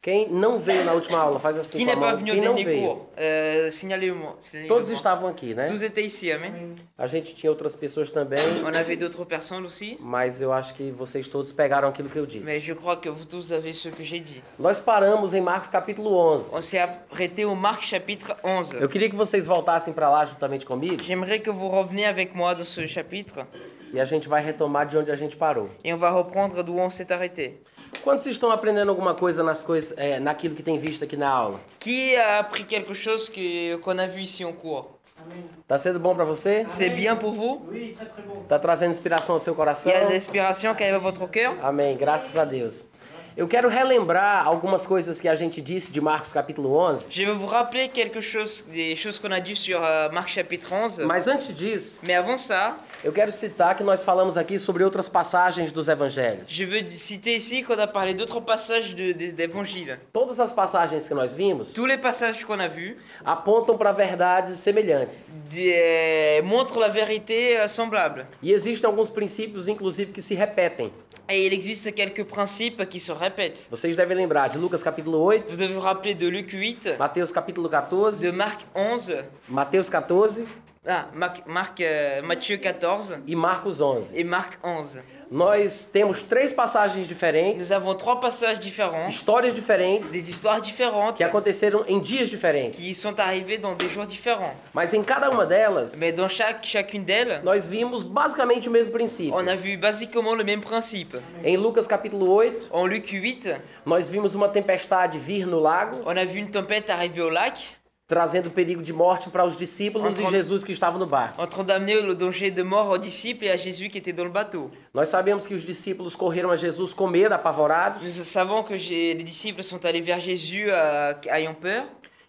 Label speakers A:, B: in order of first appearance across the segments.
A: Quem não veio na última aula, faz
B: Qui
A: assim com
B: n'est
A: a mão.
B: pas venu au
A: Quem não
B: dernier
A: veio.
B: cours, euh, signalez-moi. signalez-moi.
A: Todos estavam aqui, né?
B: Tous étaient ici, amen.
A: A gente tinha outras pessoas também,
B: On avait d'autres personnes aussi,
A: mas eu acho que vocês todos pegaram aquilo que eu
B: mais
A: disse.
B: je crois que vous tous avez ce que j'ai dit.
A: Nós paramos em Marcos capítulo
B: On
A: 11.
B: s'est arrêté au Marc chapitre 11.
A: Eu queria que vocês voltassem para lá juntamente comigo
B: J'aimerais que vous reveniez avec moi dans ce chapitre
A: e a gente vai retomar de onde a gente parou.
B: et on va reprendre d'où on s'est arrêté.
A: Quantos estão aprendendo alguma coisa nas coisas, é, naquilo que tem visto aqui na aula?
B: Qui a appris quelque chose que- qu'on a vu ici en cours
C: Amen.
A: Tá sendo bom para você?
B: C'est bien pour vous
C: Oui, très très bon.
A: Tá trazendo inspiração ao seu
B: Il
A: coração?
B: y a de l'inspiration qui arrive à votre cœur
A: Amém, graças a Deus. Eu quero relembrar algumas coisas que a gente disse de Marcos capítulo 11,
B: Je vais vous rappeler quelque chose, des choses qu'on a dit sur euh, Marc chapitre 11.
A: mas antes disso,
B: Mais avant ça,
A: eu quero citar que nós falamos aqui sobre outras passagens dos evangelhos.
B: je veux citer ici qu'on a parlé d'autres passages de, des d'évangiles.
A: Todas as passagens que nós vimos
B: Tous les passages qu'on a vus
A: apontam para verdades semelhantes.
B: des- montrent la vérité euh, semblable.
A: E existem alguns princípios, inclusive, que se repetem.
B: Et il existe quelques principes qui se répètent.
A: Vocês devem lembrar de Lucas capítulo 8,
B: Vous devez vous rappeler de Luc 8,
A: Mateus capítulo
B: de
A: 14,
B: Marc 11,
A: Mateus 14
B: ah, Marc, Marc, euh, Matthieu 14
A: e Marcos 11.
B: et Marc 11.
A: Nós temos três passagens diferentes,
B: Nous avons trois passages différents,
A: histórias diferentes,
B: des histoires différentes
A: que aconteceram em dias diferentes.
B: qui sont arrivées dans des jours différents.
A: Mas em cada uma delas,
B: Mais dans chaque, chacune d'elles,
A: nós vimos basicamente o mesmo princípio.
B: on a vu basiquement le même principe.
A: Em Lucas capítulo 8,
B: En Luc 8,
A: nós vimos uma tempestade vir no lago,
B: on a vu une tempête arriver au lac,
A: trazendo perigo de morte para os discípulos e
B: Enquanto-
A: Jesus que estava no barco.
B: en train d'amener le danger de mort aux disciples et à Jésus qui était dans le bateau.
A: Nós sabemos que os discípulos correram a Jesus com medo, apavorados,
B: Nous savons que j'ai- les disciples sont allés vers Jésus euh, ayant peur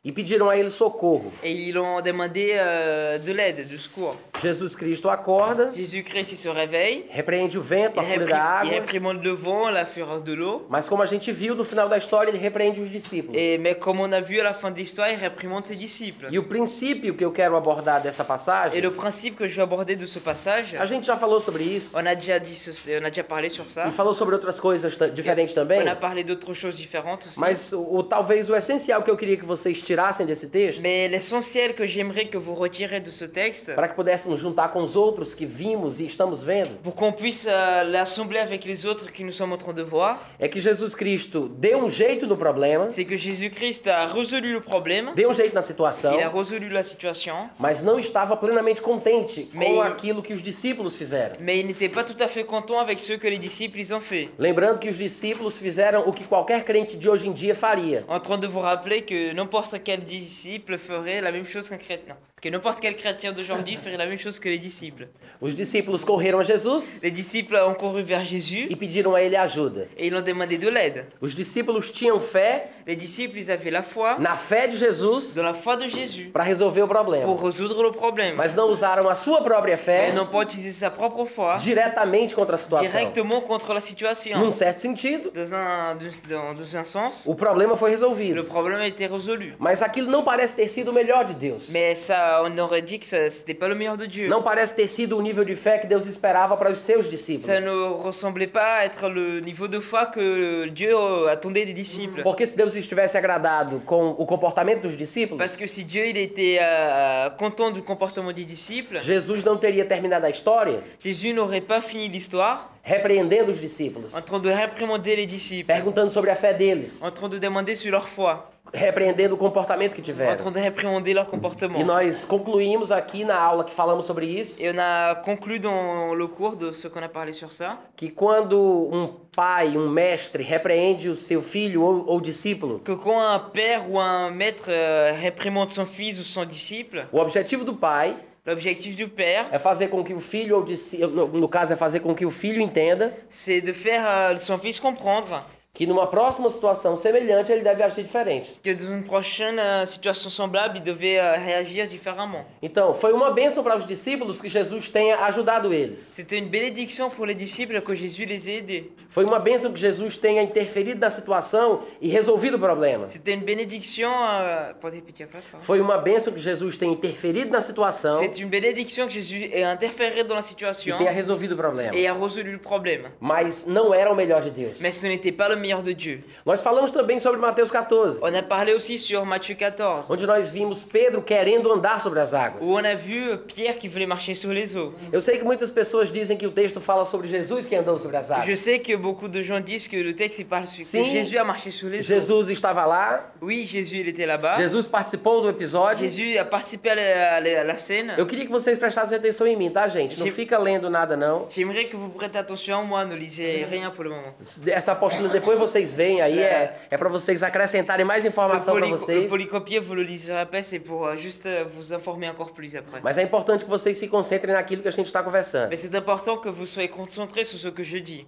A: e pediram a ele socorro.
B: et ils ont demandé euh, de l'aide, du secours.
A: Jesus Cristo acorda,
B: Jésus-Christ il se réveille,
A: repreende o vento,
B: il,
A: a fúria
B: répri-
A: da
B: il
A: água,
B: réprimande le vent, la fureur de l'eau.
A: mas como a gente viu no final da história, ele repreende os discípulos.
B: Et, mais comme on a vu à la fin de l'histoire, il réprimande ses disciples.
A: E o princípio que eu quero abordar dessa
B: Et
A: passagem,
B: le principe que je vais aborder de ce passage,
A: a gente já falou sobre isso
B: on a déjà, dit ce- on a déjà parlé sur ça.
A: e falou sobre outras coisas ta- diferentes também,
B: On a parlé d'autres choses différentes aussi.
A: mas o, o- talvez o essencial que eu queria que vocês tirassem desse texto,
B: Mais l'essentiel que j'aimerais que vous retirez de ce texte,
A: para que pudéssemos juntar com os outros que vimos e estamos vendo,
B: pour qu'on puisse euh, l'assembler avec les autres que nous sommes en train de voir,
A: é que Jesus Cristo deu um jeito no problema,
B: c'est que Jésus-Christ a résolu le problème,
A: deu um jeito na situação,
B: il a résolu la situation,
A: mas não estava plenamente contente com
B: Meio-
A: aquilo que os discípulos fizeram.
B: mais il n'était pas tout à fait content avec ce que les disciples ils ont fait.
A: Lembrando que os discípulos fizeram o que qualquer crente de hoje em dia faria.
B: En train de vous rappeler que n'importe quel disciple ferait la même chose qu'un chrétien. Que n'importe quel chrétien d'aujourd'hui ferait la même chose que les disciples.
A: Os discípulos correram a Jesus
B: Les disciples ont couru vers Jésus
A: e pediram a ele ajuda.
B: et ils ont demandé de l'aide.
A: Os discípulos tinham fé
B: Les disciples, ils avaient la foi
A: na fé de Jesus
B: dans la foi de Jésus
A: para resolver o
B: pour
A: problema,
B: résoudre le problème.
A: mas não usaram a sua própria fé
B: Ils n'ont pas utilisé sa propre foi
A: diretamente contra a situação.
B: directement contre la situation.
A: Num certo sentido,
B: Dans un, dans, dans un sens,
A: o problema foi
B: le
A: resolvido,
B: problème a été résolu.
A: mas aquilo não parece ter sido o melhor de Deus.
B: Mais ça, on aurait dit que ça- c'était pas le meilleur de Dieu.
A: Não parece ter sido o nível de fé que Deus esperava para os seus
B: Ça
A: discípulos.
B: ne ressemblait pas à être le niveau de foi que Dieu euh, attendait des disciples.
A: Porque se Deus estivesse agradado com o comportamento dos discípulos,
B: Parce que si Dieu il était euh, content du comportement des disciples,
A: Jesus não teria terminado a história
B: Jésus n'aurait pas fini l'histoire
A: repreendendo os discípulos,
B: en train de réprimander les disciples,
A: perguntando sobre a fé deles,
B: en train de demander sur leur foi,
A: repreendendo o comportamento que
B: en
A: tiveram.
B: train de réprimander leur
A: E
B: comportement.
A: nós concluímos aqui na aula que falamos sobre isso,
B: Et on a conclu dans le cours de ce qu'on a parlé sur ça,
A: que quando um pai, um mestre repreende o seu filho ou, ou discípulo,
B: que quand un père ou un maître euh, réprimande son fils ou son disciple,
A: o objetivo do pai
B: l'objectif du père,
A: é fazer com que o filho ou discípulo, no caso é fazer com que o filho entenda
B: c'est de faire euh, son fils comprendre
A: que numa próxima situação semelhante ele deve agir diferente.
B: que dans une prochaine euh, situation semblable, il devait euh, réagir différemment.
A: Então, foi uma bênção para os discípulos que Jesus tenha ajudado eles.
B: C'était une bénédiction pour les disciples que Jésus les ait aidés.
A: Foi uma bênção que Jesus tenha interferido na situação e resolvido o problema.
B: C'était une bénédiction. euh, Pode repetir après, pardon.
A: Foi uma bênção que Jesus tenha interferido na situação
B: C'est une bénédiction que Jésus ait interféré dans la situation
A: um e tenha resolvido o problema.
B: et a résolu le problème.
A: Mas não era o melhor de Deus.
B: Mais ce n'était pas le meilleur de Dieu.
A: Nós falamos também sobre Mateus 14,
B: On a parlé aussi sur Matthieu 14,
A: onde nós vimos Pedro querendo andar sobre as águas.
B: où on a vu euh, Pierre qui voulait marcher sur les eaux.
A: Eu sei que muitas pessoas dizem que o texto fala sobre Jesus que andou sobre as
B: Je
A: águas.
B: sais que beaucoup de gens disent que le texte il parle sur
A: Si.
B: que Jésus a marché sur les eaux.
A: Jesus estava lá,
B: Oui, Jésus il était là-bas.
A: Jesus participou do episódio.
B: Jésus a participé à la, à la- à la scène.
A: Eu queria que vocês prestassem atenção em mim, tá, gente? Não
B: Sim.
A: fica lendo nada, não.
B: J'aimerais que vous prêtez attention à moi, ne lisez rien pour le moment.
A: Essa apostila depois vocês veem aí, é, é para vocês acrescentarem mais
B: Le,
A: informação para
B: polyco- le
A: vocês.
B: polycopier, vous le lisez après, c'est pour euh, juste euh, vous informer encore plus après.
A: Mas é importante que vocês se concentrem naquilo que a gente está conversando.
B: Mais c'est important que vous soyez concentré sur ce que je dis.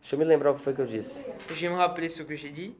A: Deixa eu me lembrar o que foi que eu disse.
B: Je vais me rappeler ce que j'ai dit.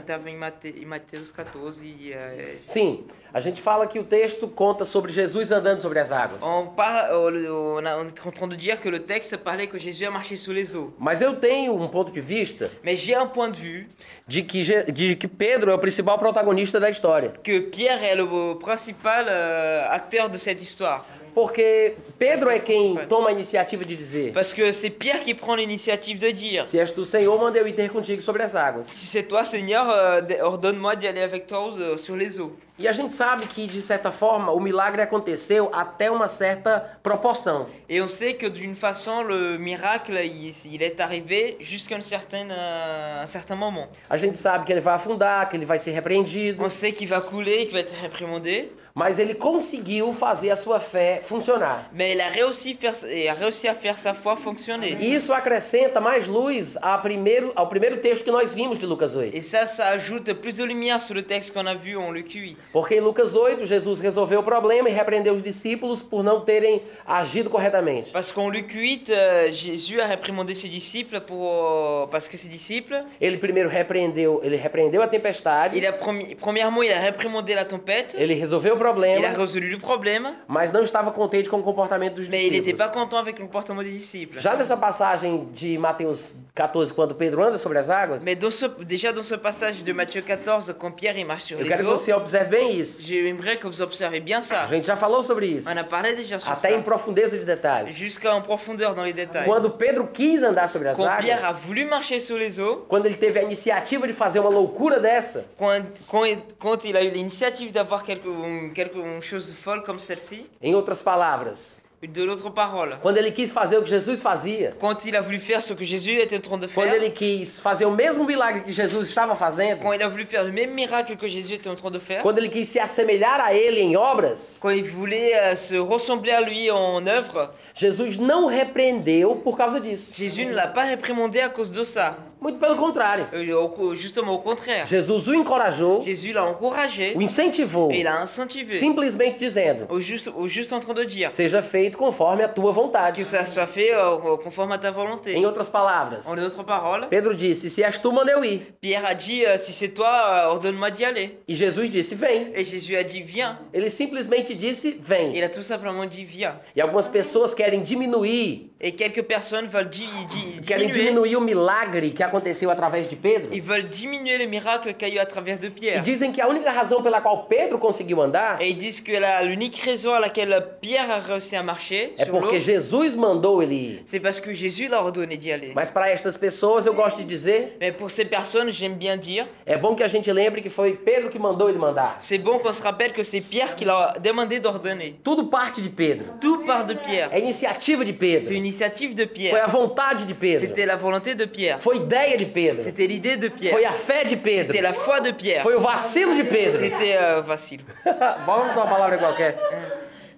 B: Estava em Mate- em Mateus 14. e, euh,
A: Sim, a gente fala que o texto conta sobre Jesus andando sobre as águas.
B: on, par- on, on a- on est en train de dire que le texte parlait que Jésus a marché sous les eaux.
A: Mas eu tenho um ponto de vista
B: Mais j'ai un point de vue
A: de que, Je- de que Pedro é o principal protagonista da história.
B: que Pierre est le principal euh, acteur de cette histoire.
A: Porque Pedro é quem toma a iniciativa de dizer:
B: Parce que c'est Pierre qui prend l'initiative de dire
A: Se és tu, Senhor, manda eu ir ter contigo sobre as águas.
B: Si c'est toi, Seigneur, euh, d- ordonne-moi d'y aller avec toi aux- sur les eaux.
A: E a gente sabe que, de certa forma, o milagre aconteceu até uma certa proporção.
B: Et on sait que d'une façon, le miracle, il, il est arrivé jusqu'à une certaine, euh, un certain moment.
A: A gente sabe que ele vai afundar, que ele vai ser repreendido,
B: On sait qu'il va couler, qu'il va être réprimandé,
A: mas ele conseguiu fazer a sua fé funcionar.
B: mais il a réussi, faire, il a réussi à faire sa foi fonctionner.
A: E isso acrescenta mais luz a primeiro- ao primeiro texto que nós vimos de Lucas 8.
B: Et ça, ça ajoute plus de lumière sur le texte qu'on a vu en Luc 8.
A: Porque em Lucas 8, Jesus resolveu o problema e repreendeu os discípulos por não terem agido corretamente.
B: Parce qu'en Luc 8, euh, Jésus a réprimandé ses disciples pour, euh, parce que ses disciples,
A: Ele primeiro repreendeu, ele repreendeu a tempestade,
B: il a promi- premièrement, il a réprimandé la tempête,
A: ele resolveu o
B: il a
A: problema,
B: résolu le problème,
A: mas não estava contente com o comportamento dos
B: mais il n'était pas
A: discípulos.
B: content avec le comportement des disciples.
A: Já nessa passagem de Mateus 14, quando Pedro anda sobre as águas,
B: Mais dans ce, déjà dans ce passage de Matthieu 14, quand Pierre il marche sur
A: eu
B: les
A: quero que
B: eaux,
A: você observe bem isso.
B: j'aimerais que vous observez bien
A: A
B: ça.
A: gente já falou sobre isso,
B: On a parlé déjà sur
A: até em
B: ça.
A: profundeza de detalhes.
B: Jusqu'à en profondeur dans les détails.
A: Quando Pedro quis andar sobre as
B: Quand Pierre a
A: águas,
B: voulu marcher sur les eaux,
A: quando ele teve a iniciativa de fazer uma loucura dessa,
B: quand, quand il- quand il a eu l'initiative d'avoir quelque, quelque chose de folle comme celle-ci,
A: em outras palavras,
B: de l'autre parole,
A: quando ele quis fazer o que Jesus fazia,
B: quand il a voulu faire ce que Jésus était en train de
A: quando
B: faire,
A: ele quis fazer o mesmo milagre que Jesus estava fazendo,
B: quand il a voulu faire le même miracle que Jésus était en train de faire,
A: quando ele quis se assemelhar a ele em obras,
B: quand il voulait euh, se ressembler à lui en œuvre,
A: Jesus não repreendeu por causa disso.
B: Jésus ne l'a pas réprimandé à cause de ça.
A: Muito pelo contrário.
B: Euh, au- Justement au contraire.
A: Jesus o encorajou,
B: Jésus l'a encouragé
A: o incentivou,
B: et l'a incentivé.
A: simplesmente dizendo:
B: Au juste, au juste en train de dire
A: Seja feito conforme a tua vontade.
B: que ça soit fait euh, conforme à ta volonté.
A: Em outras palavras,
B: En d'autres paroles,
A: Pedro disse: Se és tu, manda eu ir.
B: Pierre a dit euh, Si c'est toi, euh, ordonne-moi d'y aller.
A: E Jesus disse: Vem.
B: Et Jésus a dit Viens.
A: Ele simplesmente disse: Vem.
B: Il a tout simplement dit Viens.
A: E algumas pessoas querem diminuir,
B: Et quelques personnes veulent di- di-
A: querem
B: diminuer.
A: diminuir o milagre que aconteceu através de Pedro.
B: Ils veulent diminuer le miracle qu'il y a eu à travers de
A: E
B: Pierre.
A: dizem que a única razão pela qual Pedro conseguiu andar
B: Et ils disent que la- l'unique raison à laquelle Pierre a réussi à marcher
A: é
B: sur l'eau,
A: porque Jesus mandou ele ir.
B: c'est parce que Jésus l'a ordonné d'y aller.
A: Mas para estas pessoas, eu gosto de dizer:
B: Mais pour ces personnes, j'aime bien dire
A: é bom que a gente lembre que foi Pedro que mandou ele mandar.
B: C'est bon qu'on se rappelle que c'est Pierre qui l'a demandé d'ordonner.
A: Tudo parte de Pedro.
B: Tout part de Pierre.
A: É iniciativa de
B: C'est une
A: Pedro.
B: initiative de
A: Foi
B: Pierre.
A: a vontade de Pedro.
B: C'était la volonté de Pierre.
A: Foi ideia de Pedro.
B: C'était l'idée de Pierre.
A: Foi a fé de Pedro.
B: C'était la foi de Pierre.
A: Foi o vacilo de Pedro.
B: C'était euh, facile.
A: Vamos dar uma palavra qualquer.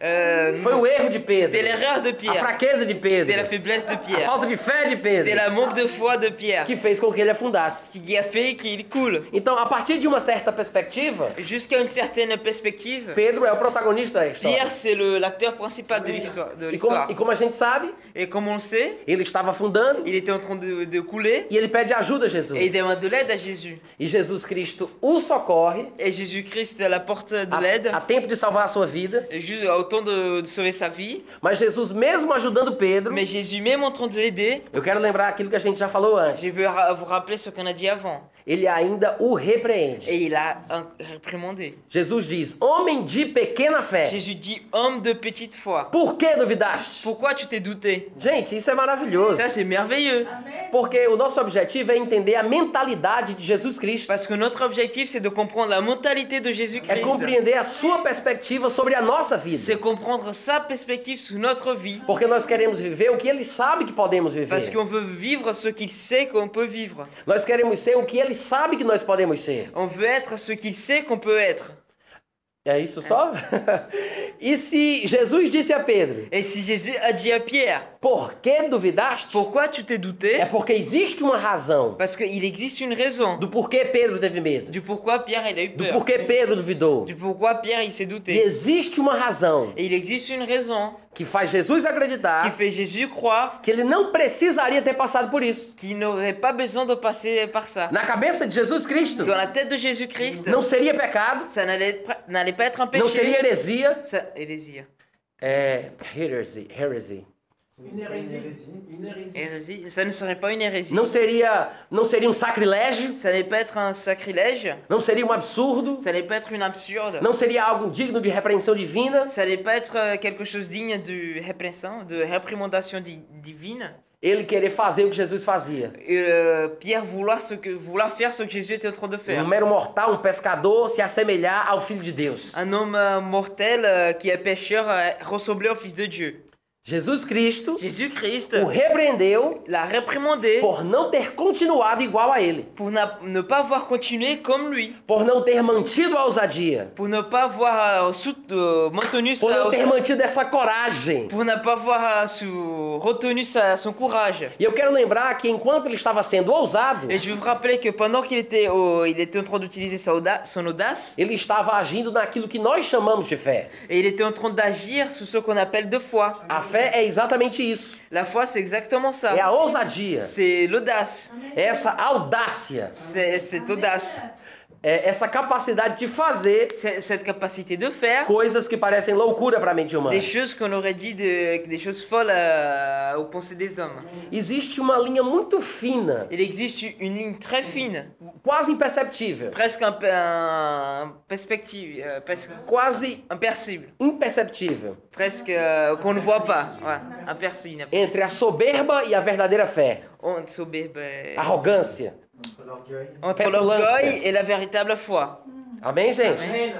B: Euh,
A: Foi o erro de Pedro.
B: c'était l'erreur de
A: A
B: Pierre.
A: fraqueza de
B: C'était la
A: Pedro.
B: faiblesse de
A: A
B: Pierre.
A: falta de fé de
B: C'était la
A: Pedro.
B: manque de foi de Pierre.
A: Que fez com que ele afundasse.
B: Qui a fait qu'il coule.
A: Então, a partir de uma certa perspectiva,
B: Jusqu'à une certaine perspective,
A: Pedro é o protagonista da história.
B: Pierre c'est le- l'acteur principal de l'histoire. de
A: E como,
B: l'histoire.
A: e como a gente sabe,
B: Et comme on le sait,
A: ele estava afundando
B: il était en train de, de couler
A: e ele pede ajuda a Jesus.
B: et il demande de l'aide à Jésus.
A: E Jesus Cristo o socorre
B: Et Jésus-Christ à la porte de l'aide.
A: Ah, a, a tempo de salvar a sua vida.
B: Et juste au tentant de, de sauver sa vie,
A: Mas Jesus, mesmo ajudando Pedro,
B: mais Jésus même en train de l'aider,
A: eu quero lembrar aquilo que a gente já falou
B: je
A: antes.
B: veux ra- vous rappeler ce qu'on a dit avant.
A: Ele ainda o repreende.
B: Et il a un- réprimandé.
A: Jesus diz: Homem de pequena fé,
B: Jésus dit homme de petite foi.
A: por que duvidaste?
B: Pourquoi tu t'es douté
A: Gente, isso é maravilhoso.
B: Ça c'est merveilleux.
A: Porque o nosso objetivo é entender a mentalidade de Jesus Cristo.
B: Parce que notre objectif c'est de comprendre la mentalité de
A: É
B: Jésus-Christ.
A: compreender a sua perspectiva sobre a nossa vida.
B: C'est comprendre sa perspective sur notre vie.
A: Porque nós queremos viver o que ele sabe que podemos
B: Parce
A: viver.
B: qu'on veut vivre ce qu'il sait qu'on peut vivre.
A: Nós queremos ser o que ele sabe que nós podemos ser.
B: On veut être ce qu'il sait qu'on peut être.
A: É isso só? e se Jesus disse a Pedro:
B: Et si Jésus a dit à Pierre,
A: Por que duvidaste?
B: pourquoi tu t'es douté
A: É porque existe uma razão
B: Parce qu'il existe une raison
A: do porquê Pedro teve medo,
B: du pourquoi Pierre il a eu
A: do
B: peur.
A: porquê Pedro duvidou.
B: Du pourquoi Pierre il s'est
A: E
B: douté.
A: existe uma razão
B: Et il existe une raison
A: que faz Jesus
B: qui
A: acreditar
B: fait Jésus croire
A: que ele não precisaria ter passado por isso.
B: qu'il n'aurait pas besoin de passer par ça.
A: Na cabeça de Jesus Cristo,
B: Dans la tête de Jésus-Christ,
A: não seria pecado,
B: ça n'allait pr- n'allait pas être un
A: não
B: péché.
A: seria heresia.
B: Ça, hérésie.
A: É, heresy, heresy.
C: Une hérésie. Une hérésie.
B: Hérésie. Ça ne serait pas une hérésie.
A: Não seria, não seria um sacrilégio,
B: Ça n'allait pas être un sacrilège.
A: não seria um absurdo,
B: Ça n'allait pas être une absurde.
A: não seria algo digno de repreensão divina.
B: Ça n'allait pas être euh, quelque chose digne de réprimandation, de réprimandation di- divine.
A: Ele querer fazer o que Jesus fazia.
B: Et, euh, Pierre vouloir, ce que, vouloir faire ce que Jésus était en train de faire.
A: Um mero mortal, um pescador, se assemelhar ao Filho de Deus.
B: Un homme euh, mortel euh, qui est pécheur euh, ressemblait au Fils de Dieu.
A: Jesus Cristo
B: Jésus-Christ
A: o repreendeu
B: l'a réprimandé
A: por não ter continuado igual a ele,
B: pour n'a- ne pas avoir continué comme lui,
A: por não ter mantido a ousadia,
B: pour ne pas avoir euh, sou- euh, maintenu
A: por
B: sa,
A: não ter mantido essa coragem.
B: pour ne pas avoir euh, sou- retenu sa- son courage.
A: E eu quero lembrar que enquanto ele estava sendo ousado,
B: Et je veux vous rappeler que pendant qu'il était, au- il était en train d'utiliser sa auda- son audace,
A: ele estava agindo naquilo que nós chamamos de fé.
B: et il était en train d'agir sur ce qu'on appelle de foi.
A: A fé é exatamente isso.
B: La foi, c'est exactement
A: É
B: ça.
A: a ousadia,
B: C'est l'audace.
A: é essa audácia,
B: C'est cette audace.
A: é essa capacidade de fazer
B: C'est- Cette capacité de faire
A: coisas que parecem loucura para a mente humana.
B: des choses qu'on aurait dit de- des choses folles euh, aux pensées des hommes.
A: Existe uma linha muito fina,
B: Il existe une ligne très fine,
A: quase imperceptível,
B: presque un, peu- un perspective, euh, presque
A: quase
B: imperceptible,
A: imperceptível
B: presque euh, qu'on ne voit pas, ouais, imperceptible.
A: entre a soberba e a verdadeira fé,
B: On soberbe, euh,
A: arrogância.
C: L'orgueil.
B: entre
A: petulance.
B: l'orgueil et la véritable foi.
A: Amém, gente?
C: Amen.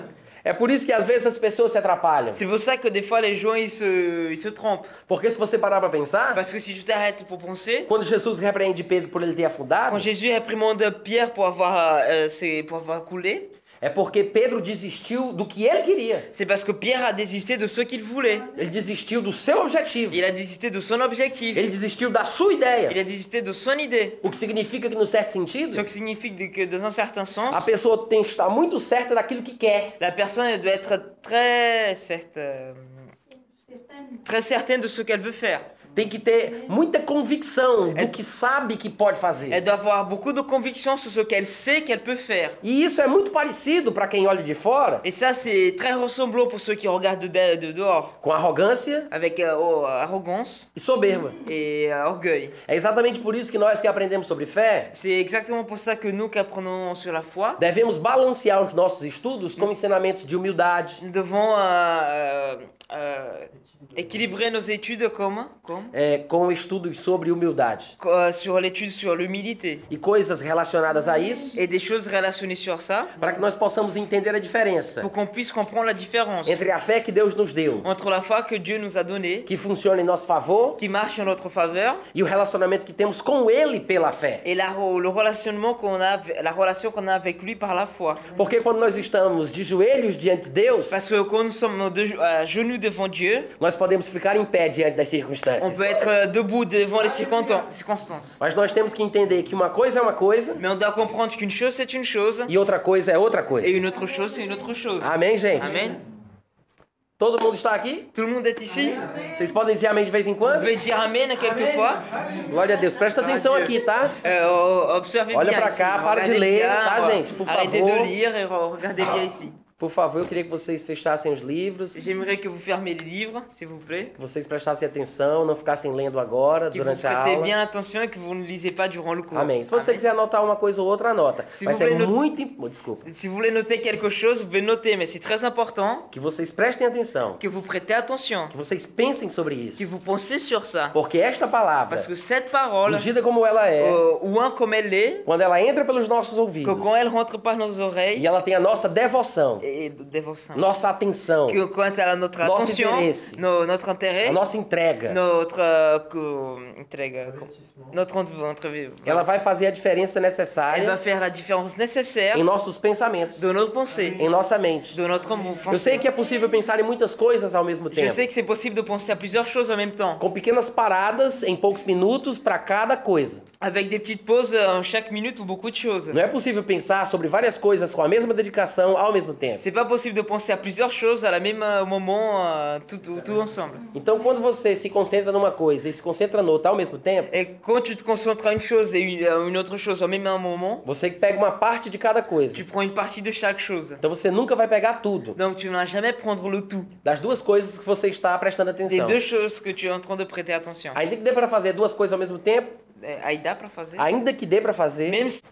A: É por isso que às vezes as pessoas se atrapalham.
B: C'est pour ça que des fois les gens ils se, ils se trompent.
A: Porque se você parar pra pensar,
B: Parce que si tu t'arrêtes pour penser,
A: quando Jesus repreende Pedro por ele ter afundado,
B: quand Jésus réprimande Pierre pour avoir, euh, c'est- pour avoir coulé,
A: é porque Pedro desistiu do que ele queria.
B: c'est parce que Pierre a désisté de ce qu'il voulait.
A: Ele desistiu do seu objetivo.
B: Il a désisté de son objectif.
A: Ele desistiu da sua
B: Il
A: ideia.
B: a désisté de son idée.
A: O que significa que, no certo sentido,
B: Ce qui signifie que dans un certain
A: a
B: sens,
A: pessoa tem que estar muito certa daquilo que quer.
B: la personne elle doit être très, certes, euh, très certaine de ce qu'elle veut faire.
A: Tem que ter muita convicção do que sabe que pode
B: Elle
A: fazer.
B: doit avoir beaucoup É de conviction sur ce qu'elle sait qu'elle peut faire.
A: E isso é muito parecido para quem olha de fora
B: Et ça, c'est très ressemblant pour ceux qui regardent de, de- de dehors,
A: com arrogância
B: avec euh, oh, arrogance
A: e soberba.
B: et euh, orgueil.
A: É exatamente por isso que nós que aprendemos sobre fé
B: C'est exactement pour ça que nous qui apprenons sur la foi,
A: devemos balancear os nossos estudos com ensinamentos de humildade,
B: nous devons euh, euh, euh, équilibrer nos études comme, comme
A: é, com estudos sobre humildade.
B: euh, sur l'étude sur l'humilité.
A: E coisas relacionadas a isso,
B: et des choses relationnées sur ça
A: para que nós possamos entender a diferença
B: pour qu'on puisse comprendre la différence
A: entre a fé que Deus nos deu,
B: entre la foi que Dieu nous a donnée,
A: que funciona em nosso favor,
B: qui marche en notre faveur,
A: e o relacionamento que temos com Ele pela fé.
B: et la, re- le relationnement qu'on a, ave- la relation qu'on a avec lui par la foi.
A: Porque quando nós estamos de joelhos diante de Deus,
B: Parce que quand nous sommes de- à genoux devant Dieu,
A: nós podemos ficar em pé diante das
B: on peut
A: circunstâncias.
B: être euh, debout devant les circontan- circonstances.
A: Mas nós temos que entender que uma coisa é uma coisa
B: Mais on doit comprendre qu'une chose c'est une chose,
A: e outra coisa é outra coisa.
B: et une autre chose c'est une autre chose.
A: Amém, gente?
B: Amen.
A: Todo mundo está aqui?
B: Tout le monde est ici
A: Vocês podem dizer amém de vez em
B: Vous
A: quando?
B: pouvez dire Amen quelquefois
A: Glória a Deus. Presta atenção aqui, tá?
B: euh, Observez
A: Olha
B: bien
A: pra
B: ici.
A: cá, para de
B: Regardez
A: ler,
B: bien,
A: tá,
B: voilà.
A: gente? Por
B: Arrêtez
A: favor. Ah.
B: de lire et re- regardez bien ici.
A: Por favor, eu queria que vocês fechassem os livros, que
B: J'aimerais que vous fermiez les livres, s'il vous plaît.
A: vocês prestassem atenção, não ficassem lendo agora,
B: Que vous
A: durante a
B: prêtez
A: aula.
B: bien attention et que vous ne lisez pas durant le cours.
A: Amém. Se você
B: Amém.
A: quiser anotar uma coisa ou outra, anota.
B: Se
A: Mas
B: vous
A: é
B: voulez noter-
A: muito... im- oh, Desculpa.
B: Si vous voulez noter quelque chose, vous pouvez noter, mais c'est très important
A: Que vocês prestem atenção,
B: que vous prêtez attention,
A: que vocês pensem sobre
B: que
A: isso.
B: vous pensez sur ça.
A: Porque esta palavra,
B: Parce que cette parole,
A: ungida como ela é,
B: euh, ou un comme elle est,
A: quando ela entra pelos nossos
B: que
A: ouvidos,
B: quand elle rentre par nos
A: e
B: oreilles,
A: ela tem a nossa devoção,
B: et dévotion,
A: nossa atenção,
B: que quand elle a notre
A: Nosso
B: attention,
A: interesse.
B: no- notre intérêt,
A: a nossa entrega,
B: notre, euh, que- entrega,
C: Investissement.
B: notre entre- entrevue,
A: ela vai fazer a différence
B: elle va
A: necessária
B: faire la différence nécessaire
A: em nossos pensamentos,
B: de nos pensées,
A: em nossa mente.
B: de notre mou-
A: Eu
B: pensée.
A: sei que é possível pensar em muitas coisas ao mesmo
B: Je
A: tempo,
B: sais que c'est possible de penser à plusieurs choses en même temps,
A: com pequenas paradas em poucos minutos para cada coisa.
B: avec des petites pauses euh, en chaque minute ou beaucoup de choses.
A: Não é possível pensar sobre várias coisas com a mesma dedicação ao mesmo tempo.
B: C'est pas possible de penser à plusieurs choses à la même euh, moment, euh, tout, tout- tout ensemble.
A: Então, quando você se concentra numa coisa e se concentra na outra ao mesmo tempo,
B: Et quand tu te concentres à une chose et une, à une autre chose au même un moment,
A: você pega uma parte de cada coisa.
B: tu prends une partie de chaque chose.
A: Então, você nunca vai pegar tudo
B: Donc tu ne vas jamais prendre le tout
A: das duas coisas que você está prestando
B: des
A: atenção.
B: deux choses que tu es en train de prêter attention.
A: Ainda que dê para fazer duas coisas ao mesmo tempo,
B: Eh, Aïda, pour faire ça.
A: ainda que dê para fazer,
B: Même si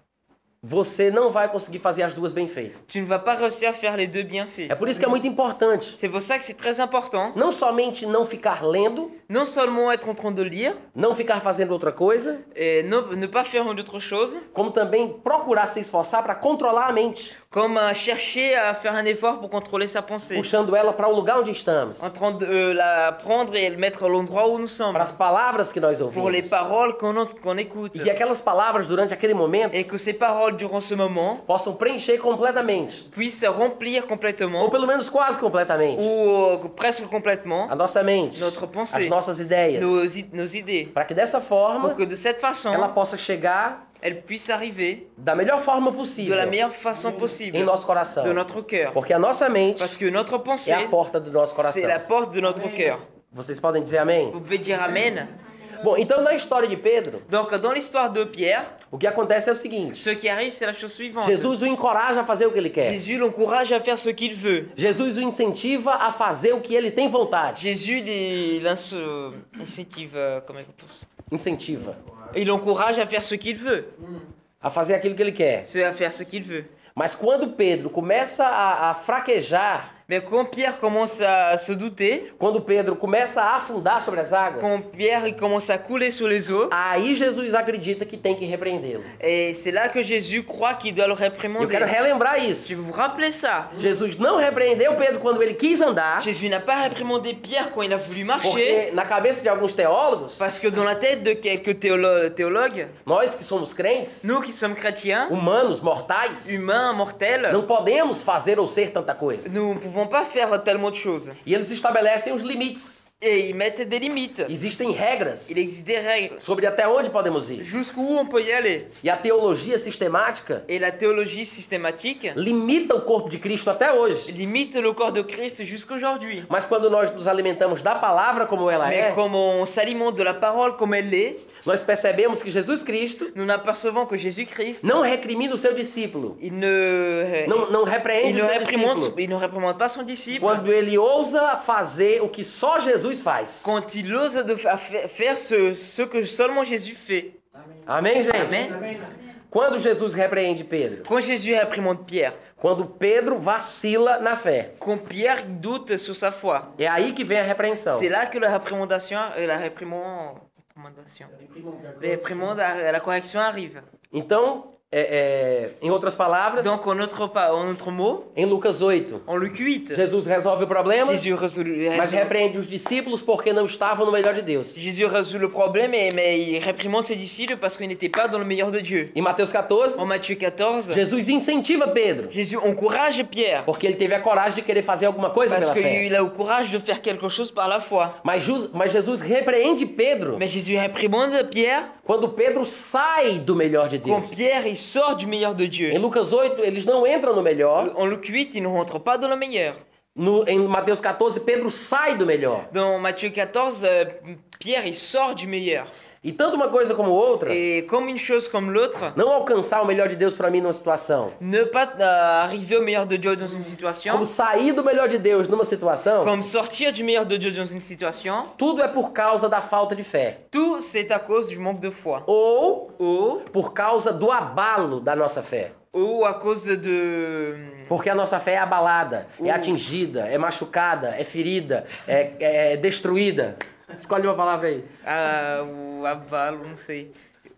A: você não vai conseguir fazer as duas bem feitas.
B: tu ne vas pas réussir à faire les deux bienfaits.
A: É por isso que é muito importante
B: C'est pour ça que c'est très important,
A: não somente não ficar lendo,
B: non seulement être en train de lire,
A: não ficar fazendo outra coisa,
B: et ne, ne pas faire une autre chose,
A: como também procurar se esforçar para controlar a mente,
B: comme euh, chercher à faire un effort pour contrôler sa pensée.
A: puxando ela para o lugar onde estamos,
B: en train de euh, la prendre et le mettre à l'endroit où nous sommes.
A: para as palavras que nós
B: Pour les
A: ouvimos.
B: paroles qu'on ent- qu'on écoute.
A: E que aquelas palavras durante aquele momento
B: Et que ces paroles, durant ce moment,
A: possam preencher completamente,
B: puissent remplir
A: ou
B: complètement,
A: pelo menos quase
B: ou
A: completamente,
B: euh, presque complètement,
A: a nossa mente,
B: notre pensée,
A: as nossas ideias,
B: nos, i- nos idées.
A: para que dessa
B: Pour
A: forma
B: que de cette façon,
A: ela possa chegar
B: elles puissent arriver
A: da melhor forma
B: de
A: possível
B: la meilleure façon
A: em
B: possible
A: nosso coração.
B: de notre cœur.
A: Porque a nossa mente
B: Parce que notre
A: é
B: pensée,
A: a porta do nosso coração.
B: c'est la porte de notre cœur.
A: Vocês podem dizer amém?
B: Vous pouvez dire Amen.
A: Bom, então na história de Pedro,
B: Donc, dans l'histoire de Pierre,
A: o que acontece é o seguinte:
B: ce qui arrive, c'est la chose suivante.
A: Jesus o encoraja a fazer o que ele quer.
B: Jésus l'encourage à faire ce qu'il veut.
A: Jesus o incentiva a fazer o que ele tem vontade.
B: Jésus les- l'ince- euh, incentive, euh, comment on pense
A: Incentiva
B: Il l'encourage à faire ce qu'il veut.
A: a fazer aquilo que ele quer.
B: C'est à faire ce qu'il veut.
A: Mas quando Pedro começa a, a fraquejar,
B: Mais quand Pierre commence à se douter,
A: quando Pedro começa a afundar sobre as águas,
B: quand Pierre il commence à couler sous les eaux,
A: aí Jesus acredita que tem que repreendê-lo.
B: et c'est là que Jésus croit qu'il doit le
A: Eu quero
B: réprimander.
A: relembrar
B: Je
A: isso.
B: vais vous rappeler ça.
A: Jesus não repreendeu Pedro quando ele quis andar,
B: Jésus n'a pas réprimandé Pierre quand il a voulu marcher,
A: porque na cabeça de alguns teólogos,
B: parce que dans la tête de quelques théolo- théologues,
A: nós que somos crentes,
B: nous qui sommes chrétiens,
A: humanos, mortais,
B: humains, mortels,
A: não podemos fazer ou ser tanta coisa.
B: nous ne pouvons pas faire tellement de choses.
A: E eles estabelecem os limites.
B: Et ils mettent des limites.
A: Existem regras
B: Il existe des règles.
A: sobre até onde podemos ir.
B: Jusqu'où on peut y aller
A: E a teologia sistemática
B: Et la théologie systématique
A: limita o corpo de Cristo até hoje.
B: limite le corps de Christ jusqu'aujourd'hui.
A: Mas quando nós nos alimentamos da palavra como ela
B: Mais
A: é,
B: comme on s'alimente de la parole comme elle l'est,
A: nós percebemos que Jesus Cristo
B: nous n'apercevons que Jésus-Christ,
A: não recrimina o seu discípulo,
B: il ne, euh,
A: não, não
B: il,
A: repreende
B: ne
A: o seu
B: réprimande,
A: discípulo.
B: il ne réprimande pas son disciple
A: Quando ele ousa fazer o que só Jesus faz.
B: quand il ose de fa- fa- faire ce, ce que seulement Jésus fait.
A: Amém, gente?
B: Amém.
A: Quando Jesus repreende Pedro?
B: Quand Jésus réprimande Pierre,
A: Quando Pedro vacila na fé.
B: quand Pierre doute sur sa foi,
A: É aí que vem a repreensão.
B: c'est là que la réprimandation, euh, la réprimand- réprimandation, la réprimande, la correction arrive.
A: Então, é- é, em outras palavras,
B: Donc en autre, pa- en autre mot,
A: em Lucas 8,
B: en Luc 8,
A: Jesus resolve o problema,
B: Jésus résout,
A: mas
B: résout-
A: repreende os discípulos porque não estavam no melhor de Deus.
B: Jésus résout le problème, et, mais il réprimande ses disciples parce qu'ils n'étaient pas dans le meilleur de Dieu.
A: Em Mateus 14,
B: En Matthieu 14,
A: Jesus incentiva Pedro,
B: Jésus encourage Pierre
A: porque ele teve a coragem de querer fazer alguma coisa
B: parce
A: pela fé.
B: qu'il a le courage de faire quelque chose par la foi.
A: Mas, Jus- mas Jesus repreende Pedro
B: Mais Jésus réprimande Pierre
A: quando Pedro sai do melhor de
B: quand
A: Deus.
B: Pierre il sort du meilleur de Dieu.
A: Em Lucas 8, eles não entram no melhor,
B: En Luc 8, il ne rentre pas dans le meilleur.
A: No- em Mateus 14, Pedro sai do melhor.
B: Dans Matthieu 14, euh, Pierre il sort du meilleur.
A: E tanto uma coisa como outra,
B: Et comme une chose comme l'autre,
A: não alcançar o melhor de Deus pra mim numa situação,
B: ne pas euh, arriver au meilleur de Dieu dans une situation,
A: como sair do melhor de Deus numa situação,
B: comme sortir du meilleur de Dieu dans une situation,
A: tudo é por causa da falta de fé.
B: tout c'est à cause du manque de foi.
A: Ou
B: Ou,
A: por causa do abalo da nossa fé.
B: ou à cause de...
A: Porque a nossa fé é abalada, é
B: Uh.
A: atingida, é machucada, é ferida, é, é destruída. Escolhe uma palavra aí.
B: Ah, ou à balle, on sait.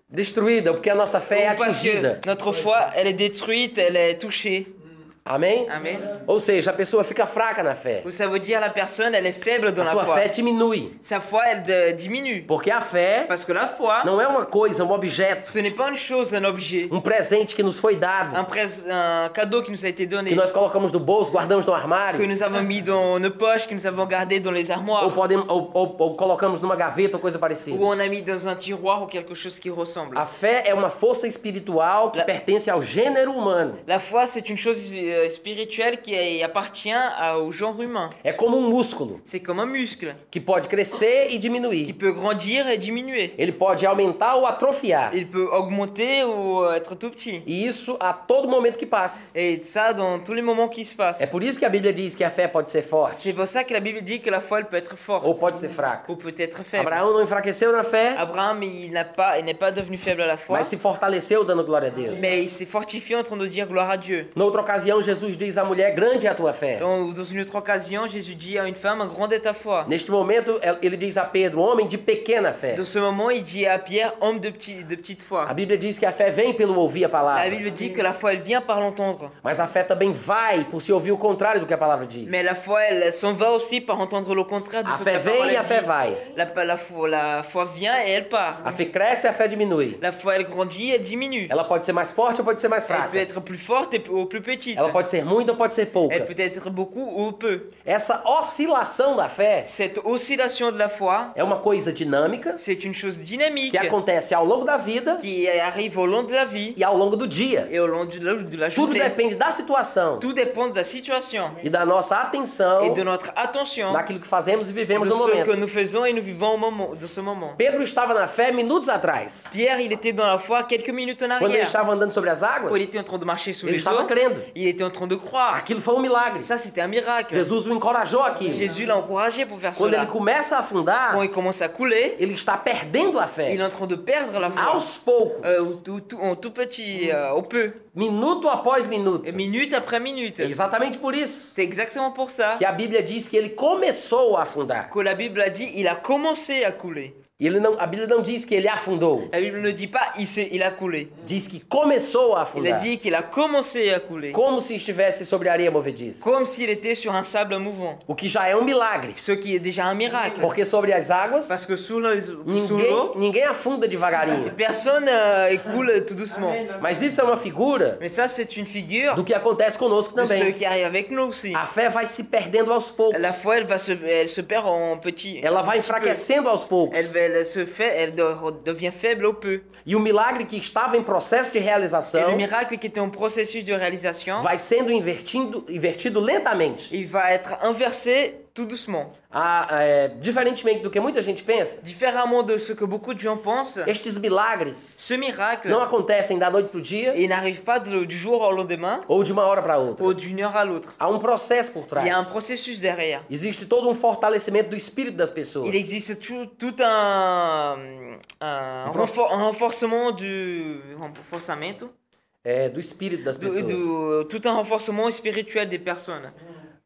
A: Destruída, porque a nossa fé é
B: Ou parce
A: atingida.
B: que notre foi, elle est détruite, elle est touchée.
A: Amém?
B: Amen.
A: Ou seja, a pessoa fica fraca na fé.
B: Ou ça veut dire la personne, elle est faible dans
A: A
B: la
A: sua
B: foi.
A: fé diminui.
B: Sa foi, elle euh, diminue.
A: Porque a fé
B: Parce que la foi,
A: não é uma coisa, um objeto,
B: ce n'est pas une chose, un objet,
A: um presente que nos foi
B: un,
A: dado,
B: pres- un cadeau qui nous a été
A: que
B: donné,
A: nós colocamos no bolso, guardamos no
B: que
A: armário,
B: nous avons mis dans nos poches, que nous avons gardé dans les
A: ou,
B: armoires,
A: podemos, ou, ou- ou colocamos numa gaveta ou coisa
B: ou
A: parecida.
B: on a mis dans un tiroir ou quelque chose qui ressemble.
A: A fé é uma força espiritual que
B: La-
A: pertence ao gênero humano.
B: La foi, c'est une chose euh, spirituelle qui euh, appartient à- au genre humain.
A: É como um músculo
B: C'est comme un muscle
A: que pode crescer e
B: qui
A: diminuir.
B: peut grandir et diminuer.
A: Ele pode aumentar ou atrofiar.
B: Il peut augmenter ou euh, être tout petit.
A: E isso a todo momento que passa.
B: Et ça dans tous les moments qui se passent.
A: É por isso que a Bíblia diz que a fé pode ser
B: C'est
A: forte
B: pour ça que la Bible dit que la foi, elle peut être forte.
A: ou pode ser fraca.
B: Ou peut être faible.
A: Abraão não enfraqueceu na fé,
B: Abraham, il n'a pas, il n'est pas devenu faible à la foi,
A: mas se fortaleceu dando glória a Deus.
B: mais il s'est fortifié en train de dire gloire à Dieu.
A: Noutra ocasião, Jesus diz à mulher: Grande é a tua fé.
B: Dans, dans une autre occasion, Jésus dit à une femme, grande est ta foi.
A: Neste momento, el- ele diz a Pedro: Homem de pequena fé.
B: Dans ce moment, il dit à Pierre, homme de, petit, de petite
A: A
B: foi.
A: Bíblia diz que a fé vem pelo ouvir a
B: La
A: palavra,
B: Bible dit que la foi, elle vient par l'entendre.
A: mas a fé também vai por se ouvir o contrário do que a palavra diz.
B: Mais la foi, elle s'en va aussi par entendre le contraire de
A: A
B: ce que
A: fé
B: la parole
A: vem e
B: a
A: a fé
B: dit.
A: vai.
B: La, pa- la foi, la foi vient et elle part.
A: A fé cresce e a fé diminui.
B: La foi, elle grandit et Ah. elle diminue.
A: Ela pode ser mais forte ou pode ser mais
B: Elle peut
A: fraca.
B: être plus forte et p- ou plus petite.
A: Ela pode ser muito ou pode ser
B: Elle
A: pouca.
B: peut être beaucoup ou peu.
A: Essa oscilação da fé
B: Cette oscillation de la foi,
A: é uma coisa dinâmica
B: c'est une chose dynamique
A: que é? acontece ao longo da vida
B: qui arrive au long de la vie
A: e ao longo do dia.
B: et au long de la, de la
A: Tudo
B: journée.
A: depende da situação
B: Tout dépend de la situation
A: e da nossa atenção
B: et de notre attention
A: naquilo que fazemos e
B: de
A: vivemos no
B: ce Então, que
A: momento.
B: nous faisons et nous vivons au moment, de ce moment.
A: Pedro estava na fé minutos atrás.
B: Pierre, il était dans la foi quelques minutes en
A: Quando ele
B: arrière.
A: estava andando sobre as águas,
B: Quand il était en train de marcher sous
A: ele
B: les
A: estava
B: eaux,
A: crendo.
B: il était en train de croire.
A: Aquilo foi um milagre.
B: Ça, c'était un miracle.
A: Jesus o encorajou aqui.
B: Jésus l'a encouragé pour faire
A: Quando ele
B: cela.
A: começa a afundar,
B: Quand il commence à couler,
A: ele está perdendo a
B: il est
A: fé.
B: en train de perdre la foi.
A: Aos poucos,
B: Euh, au tout, tout- en tout petit, euh, au peu,
A: minuto após minuto.
B: Et minute après minute.
A: É exatamente por isso
B: C'est exactement pour ça
A: que a Bíblia diz que ele começou a afundar.
B: que la Bible a dit il a commencé à couler.
A: E ele não, a Bíblia não diz que ele afundou,
B: La Bible ne dit pas il, s'est- il a coulé.
A: diz que começou a
B: Il a
A: afundar.
B: dit qu'il a commencé à couler.
A: Como se estivesse sobre a areia movediça.
B: Comme s'il était sur un sable mouvant.
A: O que já é um milagre.
B: Ce qui est déjà un miracle.
A: Porque sobre as águas,
B: Parce que sous le- sous
A: ninguém,
B: l'eau,
A: ninguém afunda devagarinho.
B: personne euh, coule tout doucement.
A: Mas isso é uma figura
B: Mais ça, c'est une figure
A: do que acontece conosco
B: de ce
A: também.
B: qui arrive avec nous aussi.
A: A fé vai se perdendo aos poucos.
B: La foi, elle, va se, elle se perd en petit.
A: Ela vai enfraquecendo aos poucos.
B: Elle, elle se fait, elle de- devient faible au peu.
A: E o milagre que estava em processo de
B: Et le
A: realização
B: miracle qui était en processus de réalisation,
A: vai sendo invertido, invertido lentamente.
B: il va être inversé tout doucement.
A: Ah, é, diferentemente do que muita gente pensa,
B: Différemment de ce que beaucoup de gens pensent,
A: estes milagres
B: ce miracle,
A: não acontecem da noite para o dia
B: il n'arrive pas de- du jour au lendemain
A: ou de uma hora para outra.
B: ou d'une heure à l'autre.
A: Há um processo por
B: Il y a un
A: trás.
B: processus derrière.
A: Existe todo um fortalecimento do espírito das pessoas.
B: Il existe tout, tout un, un,
A: Un proce-
B: renfor- un renforcement du renforcement,
A: É, do espírito das
B: du- du-
A: pessoas.
B: tout un renforcement spirituel des personnes.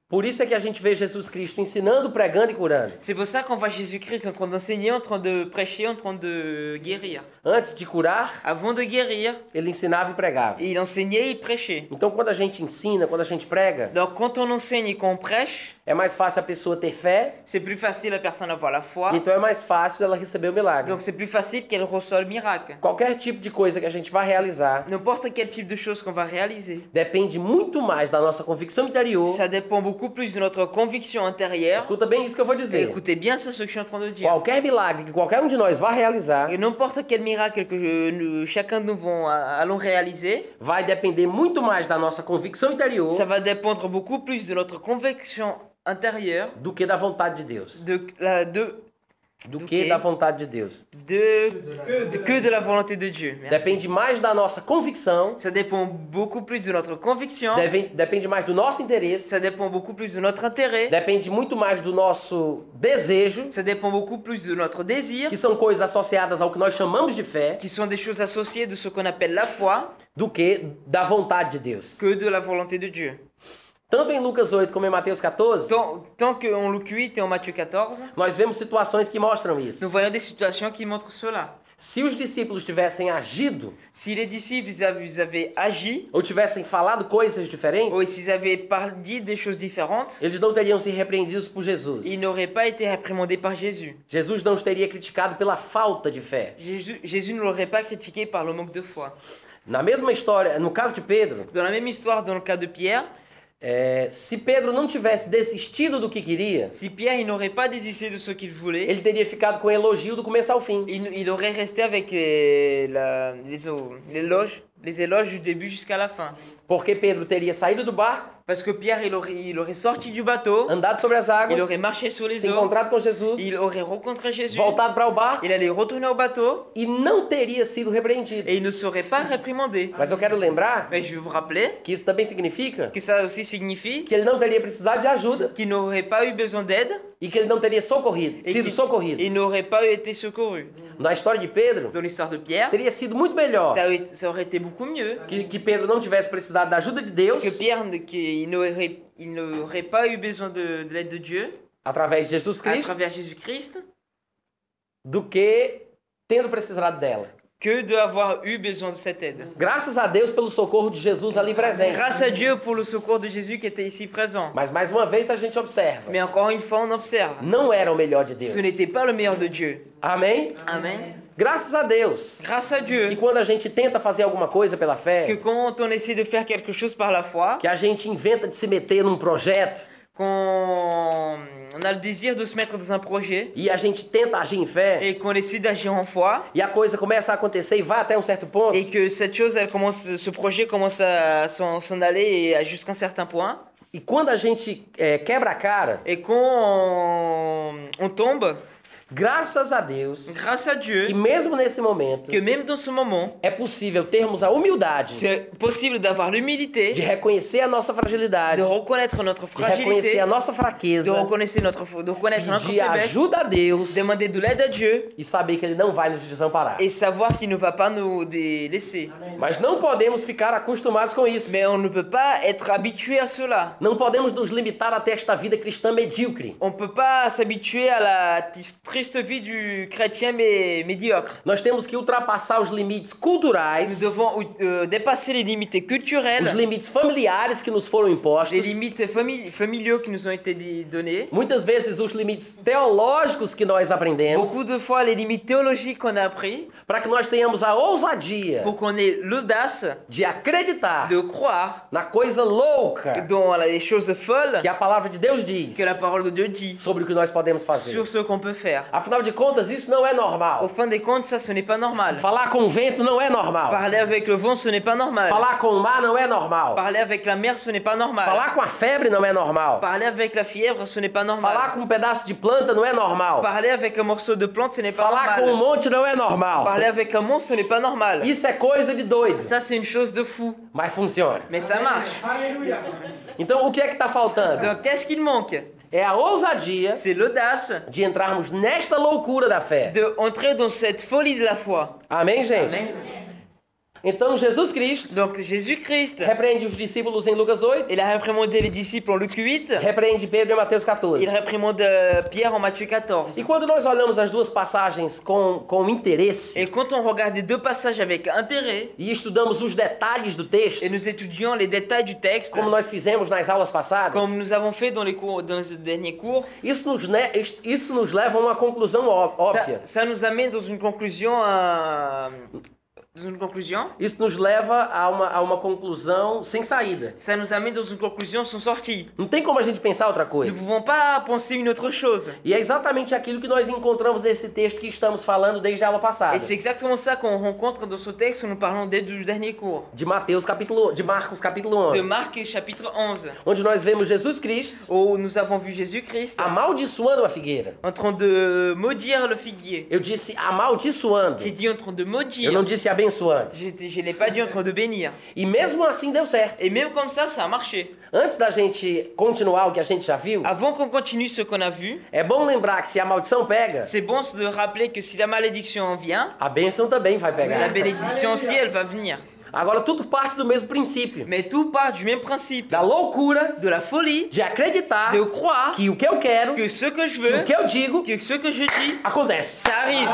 A: Por isso é que a gente vê Jesus Cristo ensinando, pregando e curando.
B: C'est pour ça qu'on voit Jésus-Christ en train d'enseigner, en train de prêcher, en train de guérir.
A: Antes de curar,
B: Avant de guérir,
A: ele ensinava e pregava.
B: il enseignait, il prêchait.
A: Então, quando a gente ensina, quando a gente prega,
B: Donc quand on enseigne et qu'on prêche,
A: é mais fácil a pessoa ter fé,
B: c'est plus facile à la personne d'avoir la foi.
A: então é mais fácil ela receber o milagre.
B: Donc c'est plus facile qu'elle reçoive le miracle.
A: Qualquer tipo de coisa que a gente vai realizar
B: N'importe quel type de choses qu'on va réaliser.
A: depende muito mais da nossa convicção interior
B: Ça dépend beaucoup plus de notre conviction intérieure.
A: Escuta bem isso que eu vou
B: Et
A: dizer.
B: écoutez bien ça, ce que je suis en train de dire.
A: Qualquer milagre que qualquer um de nós vá realizar
B: Et n'importe quel miracle que je- nous- chacun de nous vont- euh, allons réaliser,
A: vai depender muito mais da nossa convicção interior
B: ça va dépendre beaucoup plus de notre conviction intérieure
A: do que da vontade de Deus.
B: de la, de,
A: Do É
B: Do
A: que
B: que?
A: da vontade de Deus.
B: de,
C: Que
B: de- que de la volonté de Dieu. Merci.
A: Depende mais da nossa convicção,
B: Ça dépend beaucoup plus de notre conviction,
A: deve- depende mais do nosso
B: ça
A: interesse,
B: dépend beaucoup plus de notre intérêt,
A: depende muito mais do nosso desejo,
B: ça dépend beaucoup plus de notre désir,
A: que são coisas associadas ao que nós chamamos de fé,
B: qui sont des choses associées de ce qu'on appelle la foi,
A: do que da vontade de Deus.
B: que de la volonté de Dieu.
A: Tanto em Lucas 8 como em Mateus 14,
B: Tant, tant qu'en Luc 8 et en Matthieu 14,
A: nós vemos situações que mostram
B: nous
A: isso.
B: voyons des situations qui montrent cela.
A: Se os discípulos tivessem agido
B: Si les disciples ils avaient, ils avaient agi,
A: ou tivessem falado coisas
B: ou
A: diferentes,
B: s'ils avaient par- dit des choses différentes,
A: eles não teriam sido repreendidos por Jesus.
B: ils n'auraient pas été réprimandés par Jésus.
A: Jesus não os teria criticado pela falta de fé.
B: Jésus, Jésus ne l'aurait pas critiqué par le manque de foi.
A: Na mesma história, no caso de Pedro,
B: Dans la même histoire, dans le cas de Pierre,
A: é, se Pedro não tivesse desistido do que queria,
B: si Pierre il n'aurait pas désisté de ce qu'il voulait,
A: ele teria ficado com elogio do começo ao fim.
B: il, il aurait resté avec les, la- les, o- les loges- les éloges du début jusqu'à la fin.
A: Porque Pedro teria saído do barco,
B: Parce que Pierre, il aurait, il aurait sorti du bateau,
A: andado sobre as
B: il
A: águas,
B: aurait marché sur les
A: se
B: eaux,
A: encontrado com Jesus,
B: il aurait rencontré Jésus,
A: voltado para o barco
B: il allait retourner au bateau
A: e não teria sido repreendido.
B: et il ne serait pas réprimandé.
A: Mas eu quero lembrar
B: Mais je vais vous rappeler
A: que isso também significa
B: que ça aussi signifie
A: que ele não teria precisado de ajuda
B: qu'il n'aurait pas eu besoin d'aide
A: e que ele não teria socorrido,
B: Et
A: sido
B: que-
A: socorrido.
B: et il n'aurait pas été secouru.
A: Na história de Pedro,
B: Dans l'histoire de Pierre,
A: teria sido muito melhor
B: ça aurait, ça aurait été beaucoup mieux
A: que, que Pedro não tivesse precisado da ajuda de Deus
B: que Pierre, ne- qu'il n'aurait il n'aurait pas eu besoin de, de l'aide de Dieu
A: através de Jesus
B: à
A: Cristo
B: travers Jésus-Christ
A: do que tendo precisado dela.
B: que d'avoir eu besoin de cette aide.
A: Graças a Deus pelo socorro de Jesus ali presente.
B: Grâce à Dieu pour le secours de Jésus qui était ici présent.
A: Mas mais uma vez a gente observa,
B: Mais encore une fois, on observe.
A: não era o melhor de Deus.
B: Ce n'était pas le meilleur de Dieu.
A: Amém?
B: Amen.
A: Graças a Deus.
B: Grâce à
A: Que
B: Dieu
A: quando a gente tenta fazer alguma coisa pela
B: que
A: fé,
B: quand on essaie de faire quelque chose par la foi,
A: que a gente inventa de se meter num projeto
B: qu'on on a le désir de se mettre dans un projet
A: e a gente tenta agir em fé
B: et qu'on essaie d'agir en foi
A: e a coisa começa a acontecer e vai até um certo ponto,
B: et que cette chose, elle commence, ce projet commence à s'en s'en aller et à- jusqu'à un certain point
A: e quando a gente eh, quebra a cara,
B: et qu'on on, tombe,
A: graças a Deus,
B: grâce à Dieu,
A: que mesmo nesse momento
B: que même dans ce moment,
A: é possível termos a humildade
B: c'est possible d'avoir l'humilité
A: de reconhecer a nossa fragilidade,
B: de reconnaître notre
A: de reconhecer
B: fragilité,
A: a nossa
B: de
A: fraqueza,
B: reconnaître notre, de reconnaître notre
A: pedir
B: faiblesse,
A: ajuda a Deus
B: demander de l'aide à Dieu
A: e saber que Ele não vai nos desamparar.
B: et savoir qu'il ne va pas nous dé- laisser.
A: Mas não podemos ficar acostumados com isso.
B: Mais on ne peut pas être habitué à cela.
A: Não podemos nos limitar até esta vida cristã medíocre.
B: On ne peut pas s'habituer à la tis- triste vie du chrétien mais médiocre.
A: Nós temos que ultrapassar os limites culturais,
B: Nous devons euh, dépasser les limites
A: os
B: culturelles,
A: limites familiares que nos foram impostos,
B: les limites fami- familiaux qui nous ont été di- données.
A: muitas vezes os limites teológicos que nós aprendemos,
B: Beaucoup de fois, les limites théologiques qu'on a apprises
A: para que nós tenhamos a ousadia
B: pour qu'on ait l'audace
A: de acreditar
B: de croire
A: na coisa louca
B: dans les choses folles
A: que a palavra de Deus diz
B: que la parole de Dieu dit
A: sobre o que nós podemos fazer.
B: sur ce qu'on peut faire.
A: Afinal de contas, isso não é
B: Au
A: normal.
B: fin des comptes, ça, ce n'est pas normal.
A: Falar com o vento não é normal.
B: Parler avec le vent, ce n'est pas normal.
A: Falar com o mar não é normal.
B: Parler avec la mer, ce n'est pas normal.
A: Falar com a febre não é normal.
B: Parler avec la fièvre, ce n'est pas
A: Falar
B: normal.
A: com um pedaço de planta não é normal.
B: Parler avec un morceau de plante, ce n'est pas
A: Falar com um
B: normal.
A: monte não é normal.
B: Parler avec un monstre, ce n'est pas normal.
A: Isso é coisa de doido,
B: Ça, c'est une chose de fou.
A: mas funciona.
B: Mais ça marche.
C: Alléluia.
A: Então o que é que tá faltando?
B: Donc, qu'est-ce qu'il manque
A: É a ousadia
B: C'est l'audace
A: de entrarmos nesta loucura da fé.
B: de entrer dans cette folie de la foi.
A: Amém, gente?
B: Amen.
A: Então Jesus Cristo
B: Donc, Jésus-Christ,
A: repreende os discípulos em Lucas 8,
B: il a réprimandé les disciples en Luc 8.
A: repreende Pedro em Mateus 14.
B: Il réprimande euh, Pierre en Matthieu 14.
A: E quando nós olhamos as duas passagens com, com interesse
B: Et quand on regarde les deux passages avec intérêt,
A: e estudamos os detalhes do texto,
B: et nous étudions les détails du texte,
A: como nós fizemos nas aulas passadas,
B: comme nous avons fait dans les, cours, dans les derniers cours,
A: isso nos, ne- isso nos leva a uma conclusão ó-
B: ça,
A: óbvia.
B: ça nous amène dans une conclusion euh, dans une conclusion.
A: Isso nos leva a uma, a uma conclusão sem saída.
B: Ça nous amène dans une conclusion sans sortie.
A: Não tem como a gente pensar outra
B: Nous ne
A: coisa.
B: pouvons pas penser une autre chose.
A: E é exatamente aquilo que nós encontramos nesse texto que estamos falando desde a aula passada.
B: Et c'est exactement ça qu'on rencontre dans ce texte où nous parlons dès le dernier cours.
A: De Mateus capítulo, de Marcos capítulo
B: De
A: 11,
B: Marc chapitre 11,
A: onde nós vemos Jesus Cristo
B: où nous avons vu Jésus-Christ
A: Ah, amaldiçoando a figueira.
B: en train de maudire le figuier.
A: Eu disse amaldiçoando.
B: J'ai dit en train de
A: Eu não
B: maudire.
A: disse abençoando.
B: Je je l'ai pas dit en train de bénir.
A: E mesmo assim deu certo.
B: Et même comme ça, ça a marché.
A: Antes da gente continuar o que a gente já viu,
B: Avant qu'on continue ce qu'on a vu,
A: é bom lembrar que se a maldição pega,
B: c'est bon de rappeler que si la malédiction en vient,
A: a bênção também vai
B: la
A: pegar.
B: bénédiction aussi, elle va venir.
A: Agora tudo parte do mesmo princípio,
B: Mais tout part du même principe.
A: da loucura
B: De la folie,
A: de acreditar
B: de croire
A: que o que eu quero,
B: que ce que
A: que
B: je veux,
A: o que eu digo,
B: que ce que je dis,
A: acontece.
B: ça arrive.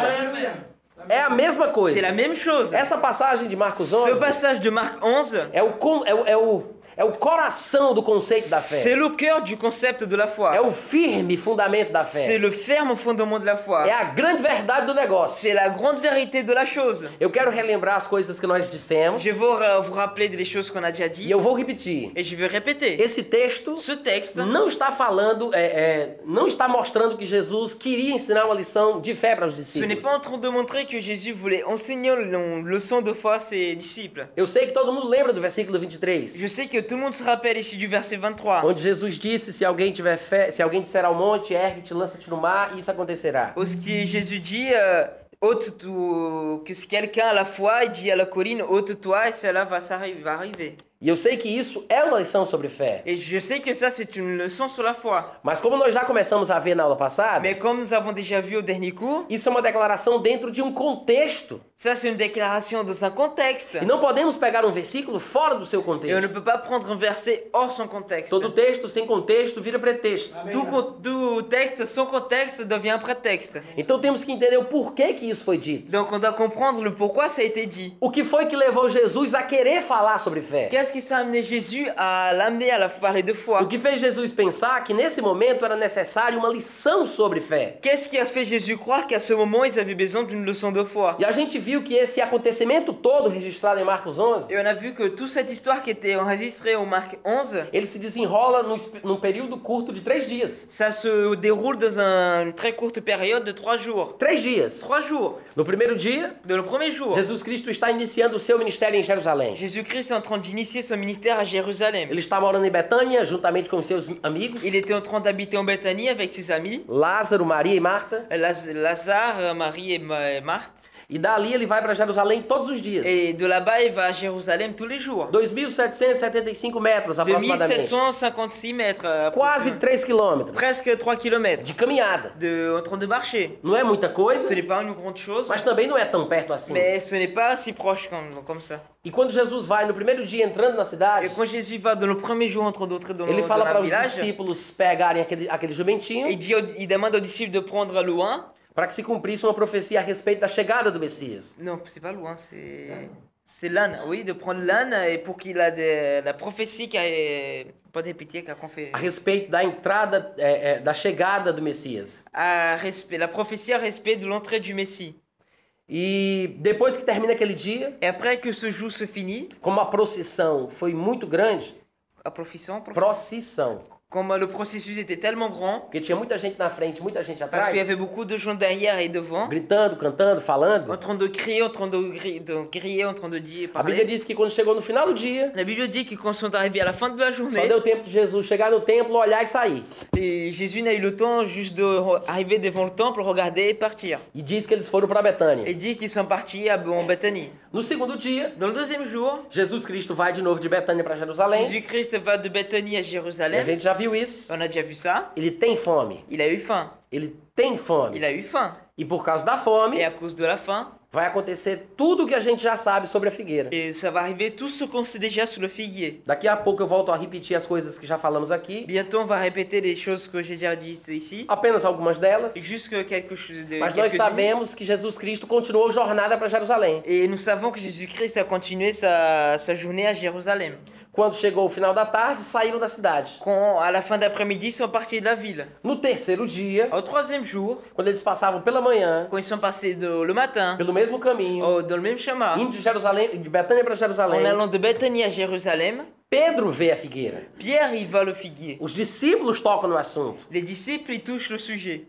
A: É a mesma coisa.
B: C'est la même chose.
A: Essa passagem de Marcos 11
B: Ce passage de Marc 11,
A: é o, com- é, o, é, o, é o coração do conceito da
B: c'est
A: fé.
B: le cœur du concept de la
A: É
B: foi.
A: o firme fundamento da
B: C'est
A: fé.
B: le ferme fondement de la foi.
A: É a grande verdade do negócio.
B: C'est la grande vérité de la chose.
A: Eu quero relembrar as coisas que nós dissemos
B: Je vais euh, vous rappeler des choses qu'on a déjà
A: e
B: dit
A: eu vou repetir.
B: et je vais répéter.
A: Esse texto
B: Ce texte
A: não está falando, é, é, não está mostrando que Jesus queria ensinar uma lição de fé para os
B: Ce n'est
A: discípulos.
B: pas en train de montrer que Jésus voulait enseigner une leçon de foi à ses disciples.
A: Eu sei que todo mundo lembra do versículo
B: Je
A: 23,
B: sais que tout le monde se rappelle ici du verset 23.
A: onde Jesus disse: se alguém tiver fé, se alguém disser ao monte, ergue-te, lança-te no mar, isso acontecerá.
B: Où ce qui Jésus dit, euh, ôte-toi, que si quelqu'un a la foi, il dit à la colline, ôte-toi et cela va, s'arri- va arriver.
A: E eu sei que isso é uma lição sobre fé.
B: Et je sais que ça, c'est une leçon sur la foi.
A: Mas como nós já começamos a ver na aula passada,
B: Mais comme nous avons déjà vu au dernier cours,
A: isso é uma declaração dentro de um contexto.
B: ça, c'est une déclaration dans un contexte.
A: E não podemos pegar um versículo fora do seu
B: Et on ne
A: contexte.
B: peut pas prendre un verset hors son contexte.
A: Todo texto sem contexto vira pretexto.
B: Tout, con- tout texte sans contexte devient un prétexte.
A: Então temos que entender o porquê que isso foi dito.
B: Donc on doit comprendre le pourquoi ça a été dit.
A: O que foi que levou Jesus a querer falar sobre fé?
B: Qu'est-ce qui ça a amené Jésus à l'amener à la parler de foi
A: O que fez Jesus pensar que nesse momento era necessário uma lição sobre fé?
B: Qu'est-ce qui a fait Jésus croire qu'à ce moment ils avaient besoin d'une leçon de foi
A: E a gente viu que esse acontecimento todo registrado em Marcos 11,
B: Et on a vu que toute cette histoire qui était enregistrée au Marc 11,
A: ele se desenrola num, esp- num período curto de três dias.
B: ça se déroule dans un- une très courte période de trois jours.
A: Três dias.
B: Trois jours.
A: No primeiro dia,
B: De le premier jour,
A: Jesus Cristo está iniciando o seu ministério em Jerusalém.
B: Jésus-Christ est en train d'initier son ministère à Jérusalem.
A: Ele está morando em Betânia, juntamente com seus amigos,
B: Il était en train d'habiter en Bethanie avec ses amis,
A: Lázaro, Maria e Marta.
B: Laz- Lazare, Marie et Ma- et Marthe.
A: E dali ele vai para Jerusalém todos os dias.
B: Et de là-bas, il va à Jérusalem tous les jours.
A: 2.775 metros
B: De
A: aproximadamente.
B: 1756 mètres. euh,
A: Quase 3 quilômetros
B: Presque 3 km
A: de caminhada.
B: de, en train de marcher.
A: Não é muita coisa,
B: Ce n'est pas une grande chose,
A: mas também não é tão perto assim.
B: mais ce n'est pas si proche comme, comme ça.
A: E quando Jesus vai no primeiro dia entrando na
B: Et
A: cidade,
B: quand Jésus va dans le premier jour entre d'autres dans le
A: ele
B: dans
A: fala
B: un
A: para os
B: village,
A: discípulos pegarem aquele, aquele
B: il,
A: jumentinho
B: dit, aux- il demande aux disciples de prendre loin.
A: para que se cumprisse uma profecia a respeito da chegada do Messias.
B: Non, c'est pas loin, c'est. C'est l'âne, oui, de prendre l'âne et pour qu'il a des- la prophétie qu'a. Pas des pitiés qu'a conféré.
A: A respeito da entrada, é, é, da chegada do Messias.
B: À respect, la prophétie à respect de l'entrée du Messie.
A: E depois que termina aquele dia,
B: Et après que ce jour se finit,
A: como a procissão foi muito grande,
B: approfissant, approf-
A: procissão,
B: comme euh, le processus était tellement grand,
A: porque tinha muita gente na frente, muita gente
B: parce qu'il y avait
A: atrás,
B: beaucoup de gens derrière et devant,
A: gritando, cantando, falando.
B: en train de crier, en train de, gri- de crier, en train de dire,
A: A Bíblia
B: parler.
A: diz que quando chegou no final do dia,
B: La Bible dit que quand ils sont arrivés à la fin de la
A: só
B: journée,
A: deu tempo de Jesus chegar no templo, olhar e sair.
B: et Jésus n'a eu le temps juste d'arriver devant le temple, regarder et partir.
A: E diz que eles foram para Betânia.
B: Et dit qu'ils sont partis à, en Bethanie.
A: No segundo dia,
B: Dans le deuxième jour,
A: Jesus Cristo vai de novo de Betânia para Jerusalém.
B: Jésus-Christ va de Bethanie
A: E
B: à
A: a
B: Jérusalem.
A: gente já viu isso.
B: On a déjà vu ça.
A: Ele tem fome.
B: Il a eu faim.
A: Ele tem
B: Il
A: fome.
B: a eu faim.
A: E por causa da
B: Et
A: fome,
B: à cause de la faim,
A: vai acontecer tudo o que a gente já sabe sobre a figueira.
B: et ça va arriver tout ce qu'on sait déjà sur le figuier.
A: Daqui a pouco eu volto a repetir as coisas que já falamos aqui,
B: Bientôt, on va répéter les choses que j'ai déjà dites ici.
A: apenas algumas delas.
B: Et Juste que quelque chose de.
A: Mas nós
B: quelques minutes.
A: sabemos que Jesus Cristo continuou a jornada para Jerusalém.
B: Et nous savons que Jésus-Christ a continué sa, sa journée à Jérusalem.
A: Quando chegou o final da tarde, saíram da cidade.
B: Quand, à la fin d'après-midi, ils sont partis de la ville.
A: No terceiro dia,
B: Au troisième jour,
A: quando eles passavam pela manhã,
B: Quand ils sont passés de- le matin
A: pelo mesmo caminho,
B: au- dans le même chemin,
A: indo de Jerusalém, de Betânia para
B: en
A: Jerusalém,
B: allant de Bethany à Jérusalem,
A: Pedro vê a figueira.
B: Pierre il va le figuier.
A: Os discípulos tocam no assunto.
B: Les disciples ils touchent le sujet.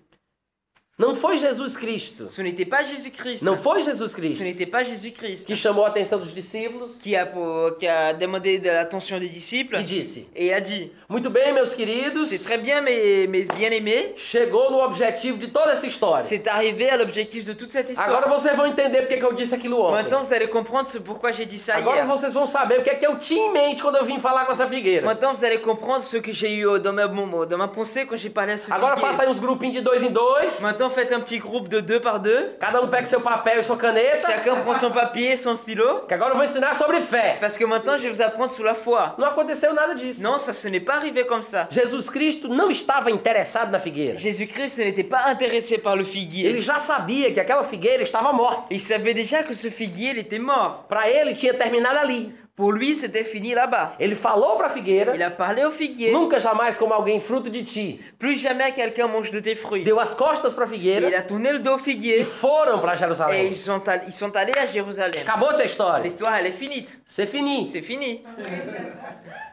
A: Não foi Jesus Cristo.
B: Ce n'était pas Jésus-Christ.
A: Não foi Jesus
B: Ce
A: Cristo
B: n'était pas Jésus-Christ
A: que chamou a atenção dos discípulos
B: qui a, pour- qui a demandé de l'attention des disciples
A: e disse:
B: et a dit
A: Muito bem, meus queridos,
B: C'est très bien, mes, mes bien-aimés,
A: chegou no objetivo de toda essa história.
B: c'est arrivé à l'objectif de toute cette
A: Agora
B: histoire.
A: vocês vão entender porque que eu disse aquilo ontem.
B: Maintenant, vous allez comprendre ce pourquoi j'ai dit ça
A: Agora
B: hier.
A: vocês vão saber o que é que eu tinha em mente quando eu vim falar com essa figueira.
B: Maintenant, vous allez comprendre ce que j'ai eu dans ma, mon- dans ma pensée quand j'ai parlé à ce
A: Agora
B: figuier.
A: faça aí uns grupinhos de dois em dois.
B: Maintenant, faites un petit groupe de deux par deux.
A: Cada um pega seu papel e sua caneta.
B: Chacun prend son papier, son stylo.
A: Que agora eu vou ensinar sobre fé.
B: Parce que maintenant, je vais vous apprendre sous la foi.
A: Não aconteceu nada disso.
B: Non, ça, ce n'est pas arrivé comme ça.
A: Jesus Cristo não estava interessado na figueira.
B: Jésus-Christ ce n'était pas intéressé par le figuier.
A: Ele já sabia que aquela figueira estava morta.
B: Il savait déjà que ce figuier, il était mort.
A: Para ele tinha terminado ali.
B: Pour lui, c'était fini là-bas.
A: Ele falou para a figueira:
B: Il a parlé au figuier.
A: Nunca jamais como alguém fruto de ti.
B: Plus jamais quelqu'un mange de tes fruits.
A: Deu as costas para a
B: Et il
A: figueira
B: a tourné le dos au
A: e
B: figuier.
A: foram para
B: Et
A: Jerusalém.
B: ils sont, all- ils sont allés à Jérusalem.
A: Acabou essa história.
B: L'histoire, elle est finie.
A: C'est fini.
B: C'est fini.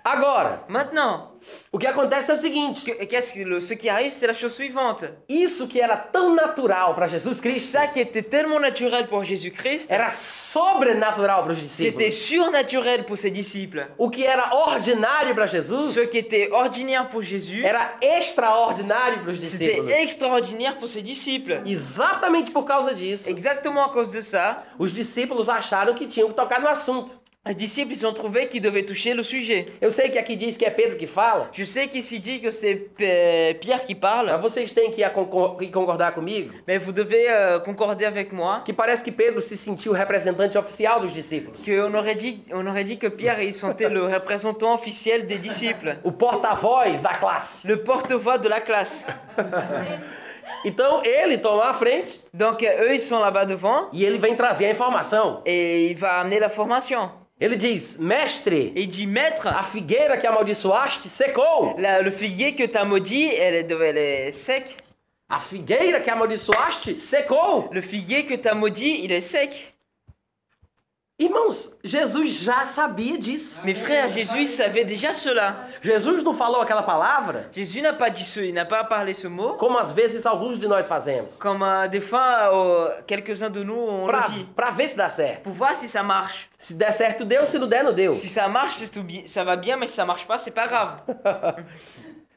A: Agora,
B: Maintenant,
A: o que acontece é o seguinte:
B: que- qu'est-ce que le- ce qui arrive, c'est la chose suivante.
A: isso que era tão natural para Jesus Cristo
B: Ça qui était tellement naturel pour Jésus-Christ,
A: era sobrenatural para os
B: c'était
A: discípulos.
B: surnaturel pour ses disciples.
A: O que era ordinário para Jesus
B: Ce qui était ordinaire pour Jésus,
A: era extraordinário para os discípulos.
B: c'était extraordinaire pour ses disciples.
A: Exatamente por causa disso,
B: Exactement à cause de ça,
A: os discípulos acharam que tinham que tocar no assunto.
B: les disciples ils ont trouvé qu'ils devaient toucher le sujet.
A: Eu sei que aqui diz que é Pedro que fala,
B: Je sais qu'ici dit que c'est euh, Pierre qui parle,
A: mas vocês têm que a concor- que concordar comigo
B: mais vous devez euh, concorder avec moi
A: que parece que Pedro se sentiu o representante oficial dos discípulos,
B: qu'on aurait dit, on aurait dit que Pierre il sentait le représentant officiel des disciples,
A: o porta-voz da classe.
B: le porte-voix de la classe.
A: Então ele toma a frente
B: Donc euh, eux ils sont là-bas devant
A: e ele vem trazer a informação.
B: et il va amener la formation.
A: Ele diz: Mestre,
B: Et il dit maître,
A: a figueira que amaldiçoaste secou.
B: la- le figuier que t'as maudit, elle est, elle est sec.
A: A figueira que amaldiçoaste secou.
B: Le figuier que t'as maudit, il est sec.
A: Irmãos, Jesus já sabia disso.
B: Mes frères, Jésus il savait déjà cela.
A: Jesus não falou aquela palavra
B: Jésus n'a pas dit ce, il n'a pas parlé ce mot.
A: como às vezes alguns de nós fazemos.
B: Comme euh, des fois, euh, quelques-uns de nous on
A: Pra,
B: le dit.
A: pra ver se dá certo.
B: Pour voir si ça marche.
A: Se der certo, deu. Se não der, não deu.
B: Si ça marche, c'est tout bi- ça va bien, mais si ça marche pas, c'est pas grave.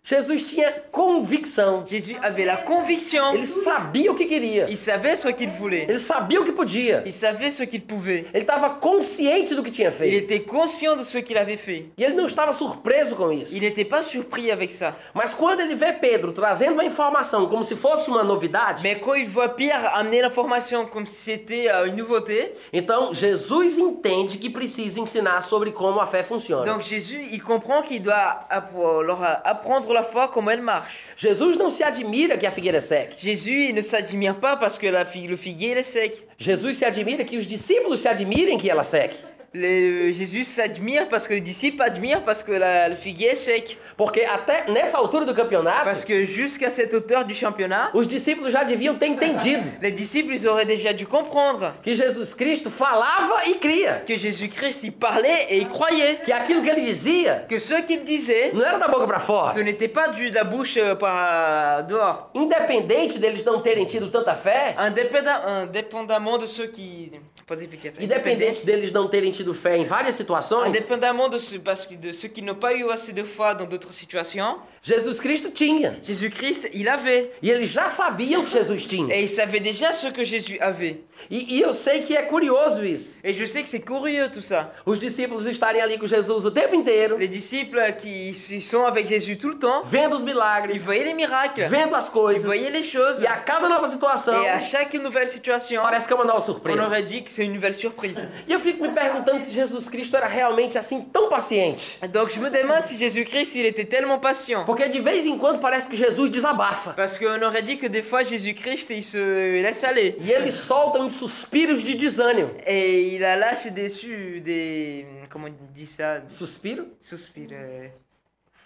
A: Jesus tinha convicção.
B: Jésus avait la conviction.
A: Ele sabia o que queria.
B: Il savait ce qu'il voulait.
A: Ele sabia o que podia.
B: Il savait ce qu'il pouvait.
A: Ele estava consciente do que tinha
B: Il
A: feito.
B: était conscient de ce qu'il avait fait.
A: E ele não estava surpreso com isso.
B: Il n'était pas surpris avec ça.
A: Mas quando ele vê Pedro trazendo uma informação como se fosse uma novidade,
B: Mais quand il voit Pierre amener l'information comme si c'était euh, une nouveauté,
A: então Jesus entende que precisa ensinar sobre como a fé funciona.
B: donc Jésus, il comprend qu'il doit app- leur euh, apprendre la foi, comment elle marche.
A: Jesus não se admira que a figueira seque.
B: Jésus, il ne s'admire pas parce que la fi- le figuier, il est sec.
A: Jesus se admira que os discípulos se admirem que ela seque.
B: Le- Jésus s'admire parce que les disciples admirent parce que la- le figuier est sec.
A: Porque até nessa altura do campeonato,
B: Parce que jusqu'à cette hauteur du championnat,
A: os discípulos já deviam ter entendido
B: les disciples, ils auraient déjà dû comprendre
A: que Jesus Cristo falava e cria.
B: que Jésus-Christ, il parlait et il croyait.
A: Que aquilo que ele dizia
B: Que ce qu'il disait,
A: não era da boca para
B: ce
A: fora.
B: n'était pas du de la bouche euh, par dehors.
A: Independente deles não terem tido tanta fé,
B: Indépenda- indépendamment de ceux qui. Pas dépliqué, pas
A: independente Ah,
B: dépliqué.
A: deles não terem tido fé em várias situações,
B: Indépendamment de ceux, parce que de ceux qui n'ont pas eu assez de foi dans d'autres situations,
A: Jesus Cristo tinha.
B: Jésus-Christ, il avait.
A: E eles já sabiam que Jesus tinha.
B: Et il savait déjà ce que Jésus avait.
A: E, e eu sei que é curioso isso.
B: Et je sais que c'est curieux tout ça.
A: Os discípulos estarem ali com Jesus o tempo inteiro,
B: Les disciples qui ils sont avec Jésus tout le temps,
A: vendo os
B: ils
A: milagres,
B: voyaient les miracles,
A: vendo as
B: ils
A: coisas.
B: voyaient les choses.
A: E a cada nova situação,
B: Et à chaque nouvelle situation,
A: parece que é uma nova
B: on
A: surpresa.
B: aurait dit que c'est une nouvelle surprise.
A: E eu fico me perguntando se Jesus Cristo era realmente assim tão paciente.
B: Donc je me demande si Jésus-Christ, il était tellement patient.
A: Porque de vez em quando parece que Jesus desabafa.
B: Parce qu'on aurait dit que des fois Jésus-Christ, il se laisse aller.
A: E ele solta uns suspiros de desânimo.
B: Et il a lâché des su- des comment on dit ça,
A: Suspiro?
B: souspirs. euh,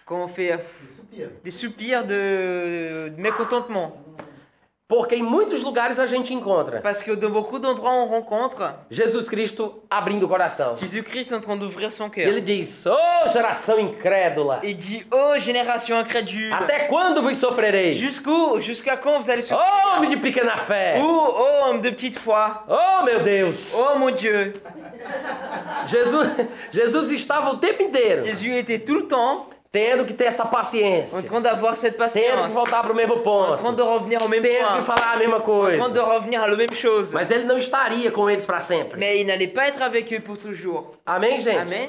B: Comment on fait euh,
C: Soupir.
B: des soupirs de, de mécontentement.
A: Porque em muitos lugares a gente encontra
B: Parce que dans beaucoup d'endroits, on rencontre
A: Jesus Cristo abrindo o coração.
B: Jésus-Christ en train d'ouvrir son
A: E
B: cœur.
A: Ele diz: Ô geração incrédula,
B: Il dit Oh, génération incrédule
A: até quando vos sofrerei?
B: Jusqu'où Jusqu'à quand vous allez souffrir
A: Homem de pequena fé!
B: Ou, oh, homme de petite foi
A: Oh meu Deus!
B: Oh mon Dieu
A: Jesus, Jesus estava o tempo inteiro
B: Jésus était tout le temps
A: tendo que ter essa paciência,
B: en train d'avoir cette
A: tendo que
B: patience,
A: voltar para o mesmo
B: en train
A: ponto,
B: de revenir au même
A: tendo
B: point,
A: que falar a mesma
B: en train de
A: coisa.
B: revenir à la même chose.
A: Mas ele não estaria com eles para sempre.
B: Mais il n'allait pas être avec eux pour toujours.
A: Amém, gente?
B: Amen.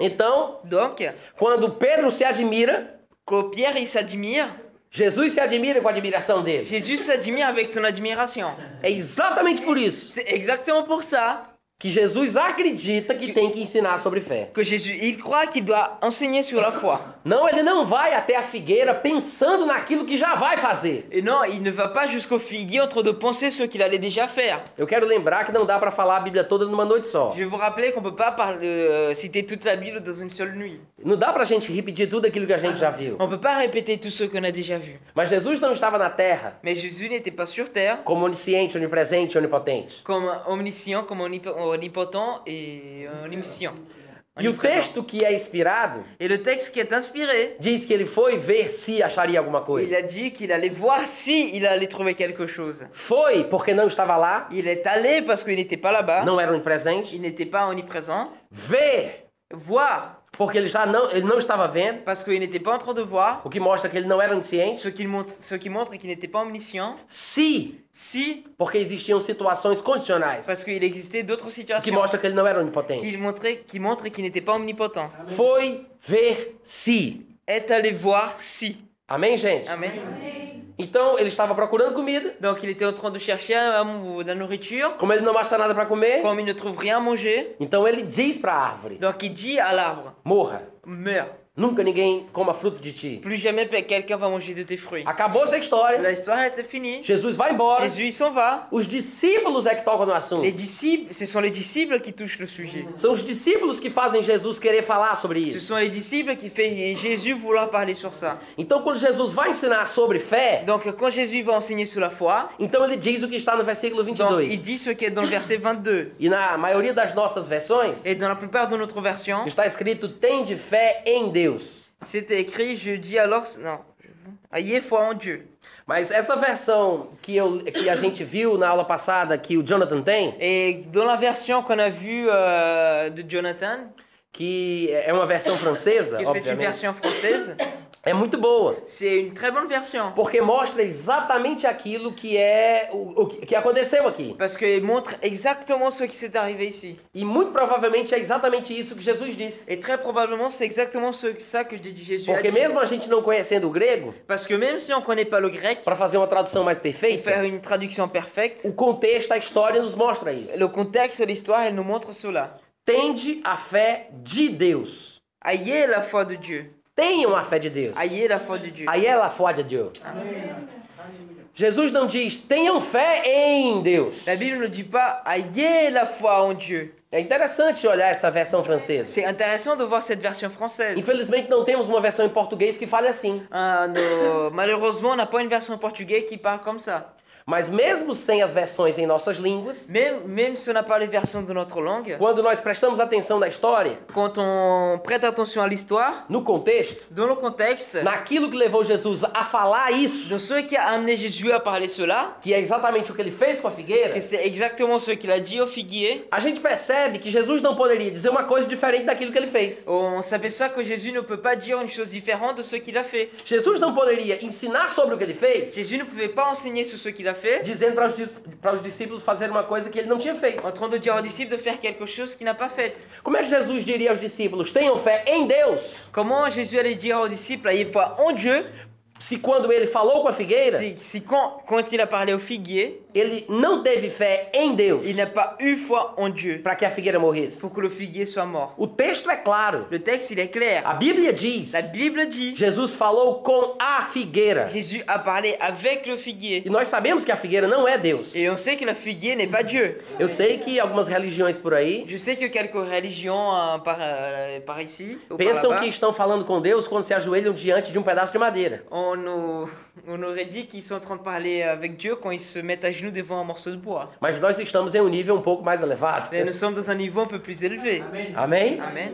A: Então,
B: Donc,
A: quando Pedro se admira,
B: quand Pierre il s'admire,
A: Jesus se admira com a admiração dele.
B: Jésus s'admire avec son admiration.
A: É exatamente por isso
B: C'est exactement pour ça
A: que Jesus acredita que tem que ensinar sobre fé.
B: que Jésus, il croit qu'il doit enseigner sur la foi.
A: Não, ele não vai até a figueira pensando naquilo que já vai fazer.
B: Et non, il ne va pas jusqu'au figuier entre de penser ce qu'il allait déjà faire.
A: Eu quero lembrar que não dá para falar a Bíblia toda numa noite só.
B: Je vais vous rappeler qu'on peut pas parler, euh, citer toute la Bible dans une seule nuit.
A: Não dá pra gente repetir tudo aquilo que a gente já viu.
B: On peut pas répéter tout ce qu'on a déjà vu.
A: Mas Jesus não estava na terra
B: Mais Jésus n'était pas sur terre,
A: como onisciente, onipresente, onipotente.
B: comme omniscient, comme omnipo- omnipotent et euh, omniscient.
A: E o
B: Omniprésent.
A: texto que é inspirado
B: Et le texte qui est inspiré,
A: diz que ele foi ver se acharia alguma
B: il
A: coisa.
B: a dit qu'il allait voir si il allait trouver quelque chose.
A: Foi porque não estava lá,
B: Il est allé parce qu'il n'était pas là-bas,
A: não era onipresente.
B: il n'était pas omniprésent.
A: Ver
B: Voir
A: porque ele já não, ele não estava vendo,
B: parce qu'il n'était pas en train de voir,
A: o que mostra que ele não era um onisciente.
B: ce qui montre, ce qui montre qu'il n'était pas omniscient.
A: Se
B: Si
A: porque existiam situações condicionais,
B: parce qu'il existait d'autres
A: o que
B: situations
A: mostra que ele não era onipotente.
B: qui montraient, qui montraient qu'il n'était pas omnipotent.
A: Foi ver se.
B: Est allé voir si.
A: Amém, gente?
B: Amen.
A: Então ele estava procurando comida.
B: Donc il était en train de chercher euh, de la nourriture.
A: Como ele não acha nada para comer,
B: Comme il ne trouve rien à manger,
A: Então ele diz para a árvore:
B: donc il dit à l'arbre,
A: Morra,
B: meurs.
A: nunca ninguém coma fruto de ti.
B: Plus jamais pe- quelqu'un va manger de tes fruits.
A: Acabou essa história.
B: La histoire était finie.
A: Jesus vai embora.
B: Jésus il s'en va.
A: Os discípulos é que tocam no assunto.
B: Les disciples, ce sont les disciples qui touchent le sujet.
A: São os discípulos que fazem Jesus querer falar sobre
B: Ce
A: isso.
B: sont les disciples qui fait Jésus vouloir parler sur ça.
A: Então, quando Jesus vai ensinar sobre fé,
B: Donc quand Jésus va enseigner sur la foi,
A: então ele diz o que está no versículo
B: donc il
A: 22.
B: dit ce qui est dans le verset 22.
A: E na maioria das nossas versões,
B: Et dans la plupart de notre version,
A: está escrito: Tende fé em Deus.
B: c'était écrit je dis alors non, je- ayez foi en Dieu.
A: Mas essa versão que, eu, que a gente viu na aula passada, que o Jonathan tem,
B: Et dans la version qu'on a vue euh, de Jonathan,
A: que é uma versão francesa,
B: que c'est une
A: obviamente,
B: version française,
A: é muito boa.
B: c'est une très bonne version
A: Porque mostra exatamente aquilo que é o, o que que aconteceu aqui.
B: parce qu'elle montre exactement ce qui s'est arrivé ici.
A: E muito provavelmente é exatamente isso que Jesus disse.
B: Et très probablement c'est exactement ce, ça que j'ai dit Jésus. a
A: Porque
B: dit.
A: mesmo a gente não conhecendo o grego,
B: Parce que même si on connaît pas le grec,
A: para fazer uma tradução mais
B: pour faire
A: perfeita,
B: une traduction parfaite,
A: o contexto, a história nos mostra isso.
B: le contexte de l'histoire, elle nous montre cela.
A: Tende a fé de Deus.
B: Ayez la foi de Dieu.
A: Tenham a fé de Deus.
B: Ayez la foi de Dieu.
A: Aí ela foi de Deus. Jesus não diz tenham fé em Deus.
B: La Bible ne dit pas ayez la foi en Dieu.
A: É interessante olhar essa versão francesa.
B: C'est intéressant de voir cette version française.
A: Infelizmente não temos uma versão em português que fale assim.
B: Ah, non, Malheureusement, on n'a pas une version en portugais qui parle comme ça.
A: Mas mesmo sem as versões em nossas línguas,
B: Même, même si on n'a pas les versions de notre langue,
A: quando nós prestamos atenção na história,
B: quand on prête attention à l'histoire,
A: no contexto,
B: dans le contexte,
A: naquilo que levou Jesus a falar isso,
B: de ce qui a amené Jésus à parler cela,
A: que é exatamente o que ele fez com a figueira,
B: que c'est exactement ce qu'il a dit au figuier,
A: a gente percebe que Jesus não poderia dizer uma coisa diferente daquilo que ele fez.
B: on s'aperçoit que Jésus ne peut pas dire une chose différente de ce qu'il a fait.
A: Jesus não poderia ensinar sobre o que ele fez,
B: Jésus ne pouvait pas enseigner sur ce qu'il a fait
A: dizendo para os, dis- para os discípulos fazerem uma coisa que ele não tinha feito.
B: en train de dire aux disciples de faire quelque chose qu'il n'a pas fait.
A: Como é que Jesus diria aos discípulos: tenham fé em Deus?
B: Comment Jésus allait dire aux disciples, ayez foi en Dieu,
A: Se quando ele falou com a figueira,
B: si, si quand, quand il a parlé au figuier,
A: ele não teve fé em Deus
B: Il n'a pas eu foi en Dieu
A: para que a figueira morresse.
B: pour que le figuier soit mort.
A: O texto é claro.
B: Le texte, il est
A: A
B: clair.
A: Bíblia diz:
B: La Bible dit
A: Jesus falou com a figueira.
B: Jésus a parlé avec le figuier.
A: E nós sabemos que a figueira não é Deus.
B: Et on sait que le figuier n'est pas Dieu.
A: Eu sei que algumas religiões por aí
B: Je sais que quelques religions hein, par, euh, par ici, ou par
A: pensam
B: là-bas,
A: que estão falando com Deus quando se ajoelham diante de um pedaço de madeira.
B: on, nous- on aurait dit qu'ils sont en train de parler avec Dieu quand ils se mettent à genoux devant un morceau de bois.
A: Mas nós estamos em um nível um pouco mais elevado.
B: Mais nous sommes dans un niveau un peu plus élevé.
A: Amém?
B: Amen.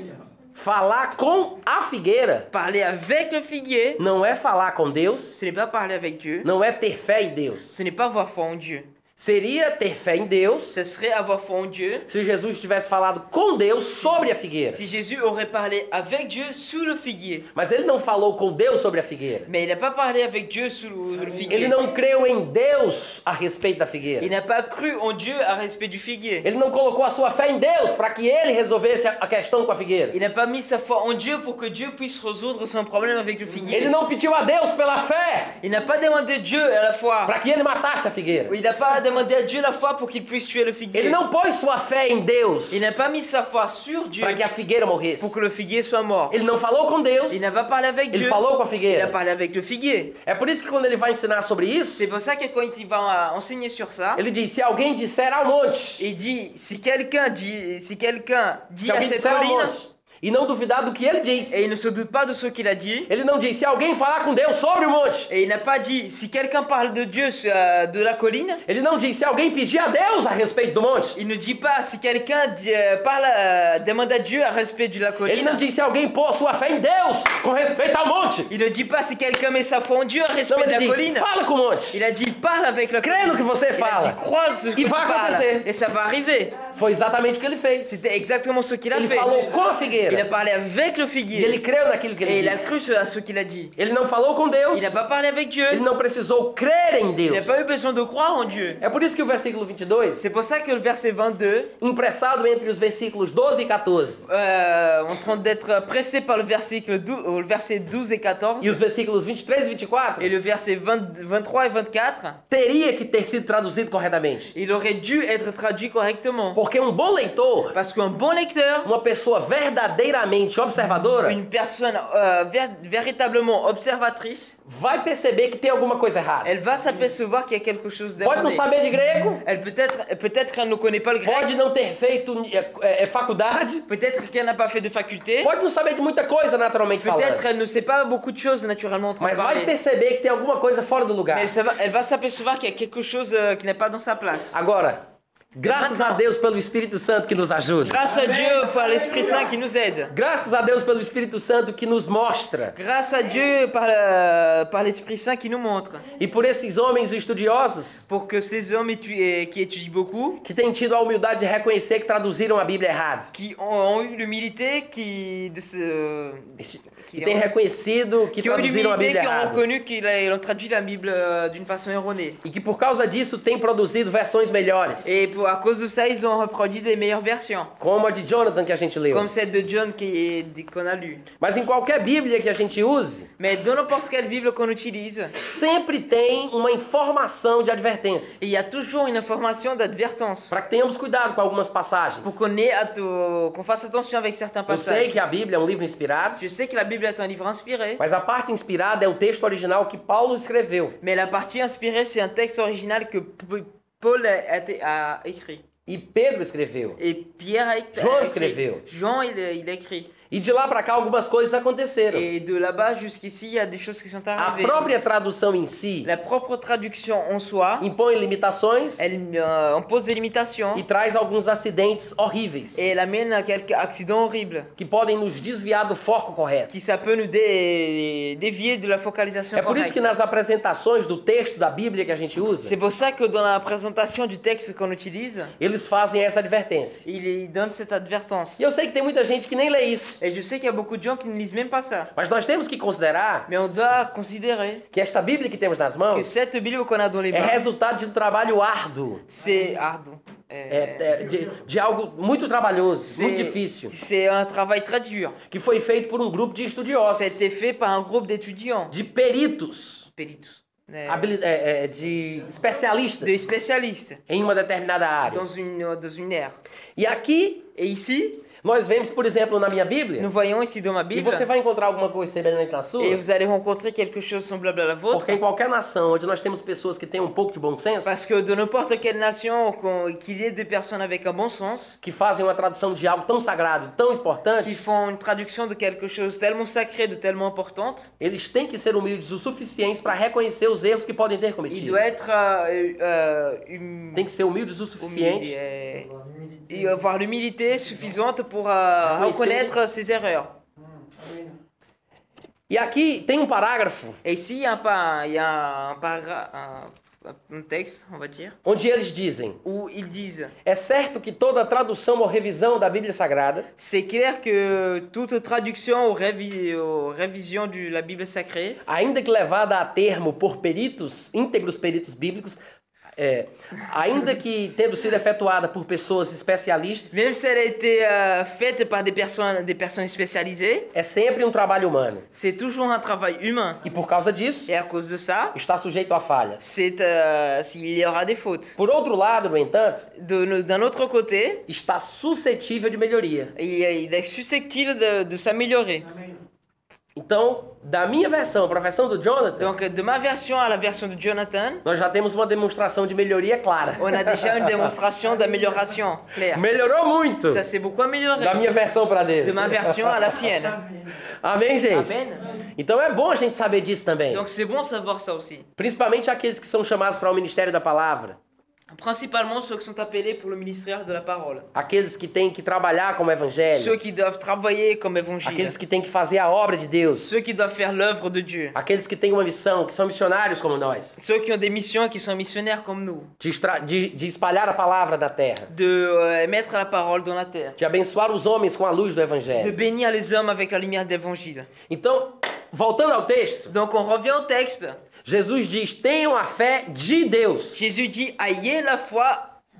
A: Falar com a figueira
B: Parler avec le figuier,
A: não é falar com Deus,
B: ce n'est pas parler avec Dieu,
A: não é ter fé em Deus.
B: ce n'est pas avoir foi en Dieu.
A: Seria ter fé em Deus
B: Ce serait avoir foi en Dieu
A: se Jesus tivesse falado com Deus sobre a figueira.
B: si Jésus aurait parlé avec Dieu sous le figuier.
A: Mas ele não falou com Deus sobre a figueira.
B: Mais il n'a pas parlé avec Dieu sous le, le
A: Ele
B: figuier.
A: não creu em Deus a respeito da figueira.
B: Il n'a pas cru en Dieu à respect du figuier.
A: Ele não colocou a sua fé em Deus para que ele resolvesse a questão com a figueira.
B: Il n'a pas mis sa foi en Dieu pour que Dieu puisse résoudre son problème avec le figuier.
A: Ele não pediu a Deus pela fé
B: Il n'a pas demandé Dieu à la foi.
A: para que ele matasse a figueira.
B: Il n'a pas demandé à Dieu la foi pour qu'il puisse tuer le
A: Ele
B: figuier.
A: não pôs sua fé em Deus
B: Il n'a pas mis sa foi sur Dieu
A: para que a figueira morresse.
B: pour que le figuier soit mort.
A: Ele não é falou com Deus,
B: Il n'a pas parlé avec
A: ele
B: Dieu.
A: falou com a
B: Il a
A: figueira.
B: parlé avec le figuier.
A: É por isso que quando ele vai ensinar sobre isso,
B: C'est pour ça que quand il va euh, enseigner sur ça,
A: ele diz: se alguém disser ao monte,
B: il dit si quelqu'un dit si quelqu'un dit
A: se
B: à
A: alguém
B: cette
A: disser ao
B: colline
A: monte, e não duvidar do que ele diz,
B: et il ne se doute pas de ce qu'il a dit
A: ele não diz: se alguém falar com Deus sobre o monte,
B: et il n'a pas dit si quelqu'un parle de Dieu euh, de la colline,
A: ele não diz: se alguém pedir a Deus a respeito do monte,
B: il ne dit pas si quelqu'un dit, euh, parle euh, demande à Dieu à respect de la
A: ele
B: colline.
A: não diz: se alguém pôr sua fé em Deus com respeito ao monte.
B: Il ne dit pas si quelqu'un met sa foi en Dieu à
A: Então
B: respect de
A: ele
B: la
A: diz,
B: colline.
A: fala com o monte.
B: Il a dit parle avec la
A: Crê no que
B: colline.
A: você
B: Il a dit
A: fala.
B: crois en ce que
A: Il
B: tu
A: va
B: parles.
A: acontecer.
B: Et ça va arriver.
A: Foi exatamente o que ele fez.
B: C'était exactement ce qu'il a
A: Ele
B: fait.
A: falou com a
B: Il a
A: figueira.
B: parlé avec le
A: E ele
B: figuier.
A: creu naquilo que
B: Et il
A: é- ele é
B: a
A: disse.
B: cru ce- à ce qu'il a dit.
A: Ele é não falou com Deus.
B: Il n'a pas parlé avec
A: Ele
B: Dieu.
A: não precisou crer em
B: Il n'a
A: Deus.
B: pas eu besoin de croire en Dieu.
A: É por isso que o versículo 22,
B: C'est pour ça que le verset 22,
A: impressado entre os versículos 12 e 14
B: euh, en train d'être pressé par le verset, 12, euh, le verset 12 et 14,
A: e os versículos 23 e 24,
B: et le verset 20 23 et 24,
A: teria que ter sido traduzido corretamente.
B: il aurait dû être traduit correctement.
A: Porque um bom leitor,
B: Parce qu'un bon lecteur,
A: uma pessoa verdadeiramente observadora,
B: une personne euh, ver- véritablement observatrice,
A: vai perceber que tem alguma coisa errada.
B: elle va s'apercevoir qu'il y a quelque chose
A: Pode não
B: d'erroné.
A: saber de grego,
B: Elle peut-être peut-être qu'elle ne connaît pas le grec,
A: pode não ter feito é, é, faculdade,
B: peut-être qu'elle n'a pas fait de faculté,
A: pode não saber de muita coisa naturalmente falando,
B: peut-être elle ne sait pas beaucoup de choses naturellement en train
A: mas
B: de
A: vai
B: parler.
A: perceber que tem alguma coisa fora do lugar.
B: Mais elle, va, elle va s'apercevoir qu'il y a quelque chose euh, qui n'est pas dans sa
A: Ah.
B: place.
A: Agora, graças a Deus pelo Espírito Santo que nos ajuda.
B: Grâce à Dieu par l'Esprit Saint qui nous aide.
A: Graças a Deus pelo Espírito Santo que nos mostra.
B: Grâce à Dieu par le- par l'Esprit Saint qui nous montre.
A: E por esses homens estudiosos
B: Pour que ces hommes étu- euh, qui étudient beaucoup,
A: que têm tido a humildade de reconhecer que traduziram a Bíblia errado.
B: qui ont, ont eu l'humilité, qui, de se,
A: Que têm reconhecido que
B: qui ont eu
A: traduziram a Bíblia
B: l'humilité, qui ont
A: errado.
B: reconnu qu'ils a- ils ont traduit la Bible euh, d'une façon erronée.
A: E que por causa disso têm produzido versões melhores.
B: Et pour, à cause de ça, ils ont reproduit des meilleures versions.
A: Como a de Jonathan que a gente leu.
B: Comme celle de John qui est- qu'on a lue.
A: Mas em qualquer Bíblia que a gente use,
B: Mais dans n'importe quelle Bible qu'on utilise,
A: sempre tem uma informação de advertência.
B: il y a toujours une information d'advertence.
A: Para que tenhamos cuidado com algumas passagens.
B: Pour qu'on ait à to- qu'on fasse attention avec certains
A: Eu sei
B: passages.
A: que a Bíblia é um livro inspirado,
B: Je sais que la Bible est un livre inspiré,
A: mas a parte inspirada é o texto original que Paulo escreveu.
B: mais la partie inspirée, c'est un texte original que P- Paul a, a- a écrit.
A: E Pedro escreveu.
B: Et Pierre a, écrit-
A: Jean
B: a écrit.
A: escreveu.
B: Jean, il, il a écrit.
A: E de lá para cá algumas coisas aconteceram.
B: Et de là-bas jusqu'ici, il y a des choses qui sont
A: A
B: arrivées.
A: própria tradução em si
B: La propre traduction en soi,
A: impõe limitações
B: elle euh, impose des limitations hein.
A: e traz alguns acidentes horríveis
B: et elle amène à quelques accidents horribles
A: que podem nos desviar do foco correto.
B: qui ça peut nous dé- dévier de la focalisation
A: É por
B: correcte.
A: isso que nas apresentações do texto da Bíblia que a gente usa,
B: C'est pour ça que dans la présentation du texte qu'on utilise,
A: eles fazem essa advertência.
B: il il donne cette advertence.
A: E eu sei que tem muita gente que nem lê isso,
B: Et je sais qu'il y a beaucoup de gens qui ne lisent même pas ça.
A: mas nós temos que considerar
B: Mais on doit considérer
A: que esta Bíblia que temos nas
B: que
A: mãos
B: cette Bible qu'on a dans les
A: é
B: mains,
A: resultado de um trabalho árduo.
B: c'est ah, eh, ardent.
A: É, é, de, de algo muito trabalhoso,
B: Sim.
A: muito difícil,
B: C'est un travail très dur.
A: que foi feito por um grupo de estudiosos,
B: C'était fait par un groupe d'étudiants.
A: de peritos,
B: Peritos. né,
A: habili- é, é, de especialistas
B: de spécialistes
A: em uma determinada área.
B: dans une, dans une ère.
A: E aqui
B: Et ici,
A: nós vemos, por exemplo, na minha Bíblia,
B: nous voyons ici dans ma
A: e
B: Bible,
A: você vai encontrar alguma coisa semelhante na
B: et
A: sua,
B: vous allez rencontrer quelque chose semblable à la vôtre.
A: porque em qualquer nação onde nós temos pessoas que têm um pouco de bom senso,
B: Parce que de n'importe quelle nation, qu'on- qu'il y ait des personnes avec un bon sens,
A: que fazem uma tradução de algo tão sagrado, tão
B: qui
A: importante,
B: font une traduction de quelque chose tellement sacré, de tellement importante,
A: eles têm que ser humildes o suficiente para reconhecer os erros que podem ter
B: il
A: cometido.
B: doit être euh, euh, hum-
A: Tem que ser humildes o
B: humilié,
A: suficiente
B: euh,
C: Avoir l'humilité.
B: et avoir l'humilité suffisante pour euh,
A: Oui,
B: reconnaître ses erreurs.
C: Hum, amen.
A: E aqui tem um parágrafo
B: Et ici, il y a un, pa- il y a un, paragra- un- un texte, on va dire,
A: onde eles dizem:
B: où ils disent
A: É certo que toda tradução ou revisão da Bíblia Sagrada
B: C'est clair que toute traduction ou, révi- ou révision de la Bible sacrée,
A: ainda que levada a termo por peritos, íntegros peritos bíblicos, é, ainda que tendo sido efetuada por pessoas especialistas,
B: même si elle a été euh, faite par des personnes, des personnes spécialisées,
A: é sempre um trabalho humano.
B: c'est toujours un travail humain.
A: E por causa disso,
B: Et à cause de ça,
A: está sujeito a falhas.
B: c'est, euh, il y aura des fautes.
A: Por outro lado, no entanto,
B: De no- D'un autre côté,
A: está suscetível de melhoria.
B: il, il est susceptible de, de s'améliorer.
C: Amen.
A: Então, da minha versão, a profissão do Jonathan,
B: Donc de ma version à la version de Jonathan,
A: nós já temos uma demonstração de melhoria clara.
B: on a déjà une démonstration d'amélioration claire.
A: Melhorou muito
B: Ça s'est beaucoup amélioré.
A: da minha versão para
B: De
A: dele.
B: ma version à la sienne.
C: Amen.
A: Amém, Então- gente?
B: Amen.
A: Então é bom a gente saber disso também.
B: Donc c'est bon de savoir ça aussi.
A: Principalmente aqueles que são chamados para o ministério da palavra.
B: Principalement ceux qui sont appelés pour le ministère de la parole.
A: Aqueles que têm que trabalhar como
B: Ceux
A: evangelho.
B: qui doivent travailler comme évangile.
A: Aqueles que têm que fazer a obra de Deus.
B: Ceux qui doivent faire l'œuvre de Dieu.
A: Aqueles que têm uma missão, que são missionários como nós.
B: Ceux qui ont des missions, qui sont missionnaires comme nous.
A: De, estra- de- de espalhar a palavra da terra.
B: De euh, mettre la parole dans la terre.
A: De abençoar os homens com a luz do
B: De
A: evangelho.
B: bénir les hommes avec la lumière de l'évangile.
A: Então, voltando ao texto,
B: Donc on revient au texte.
A: Jesus diz: tenham a fé de Deus.
B: Jésus dit Ayez la foi,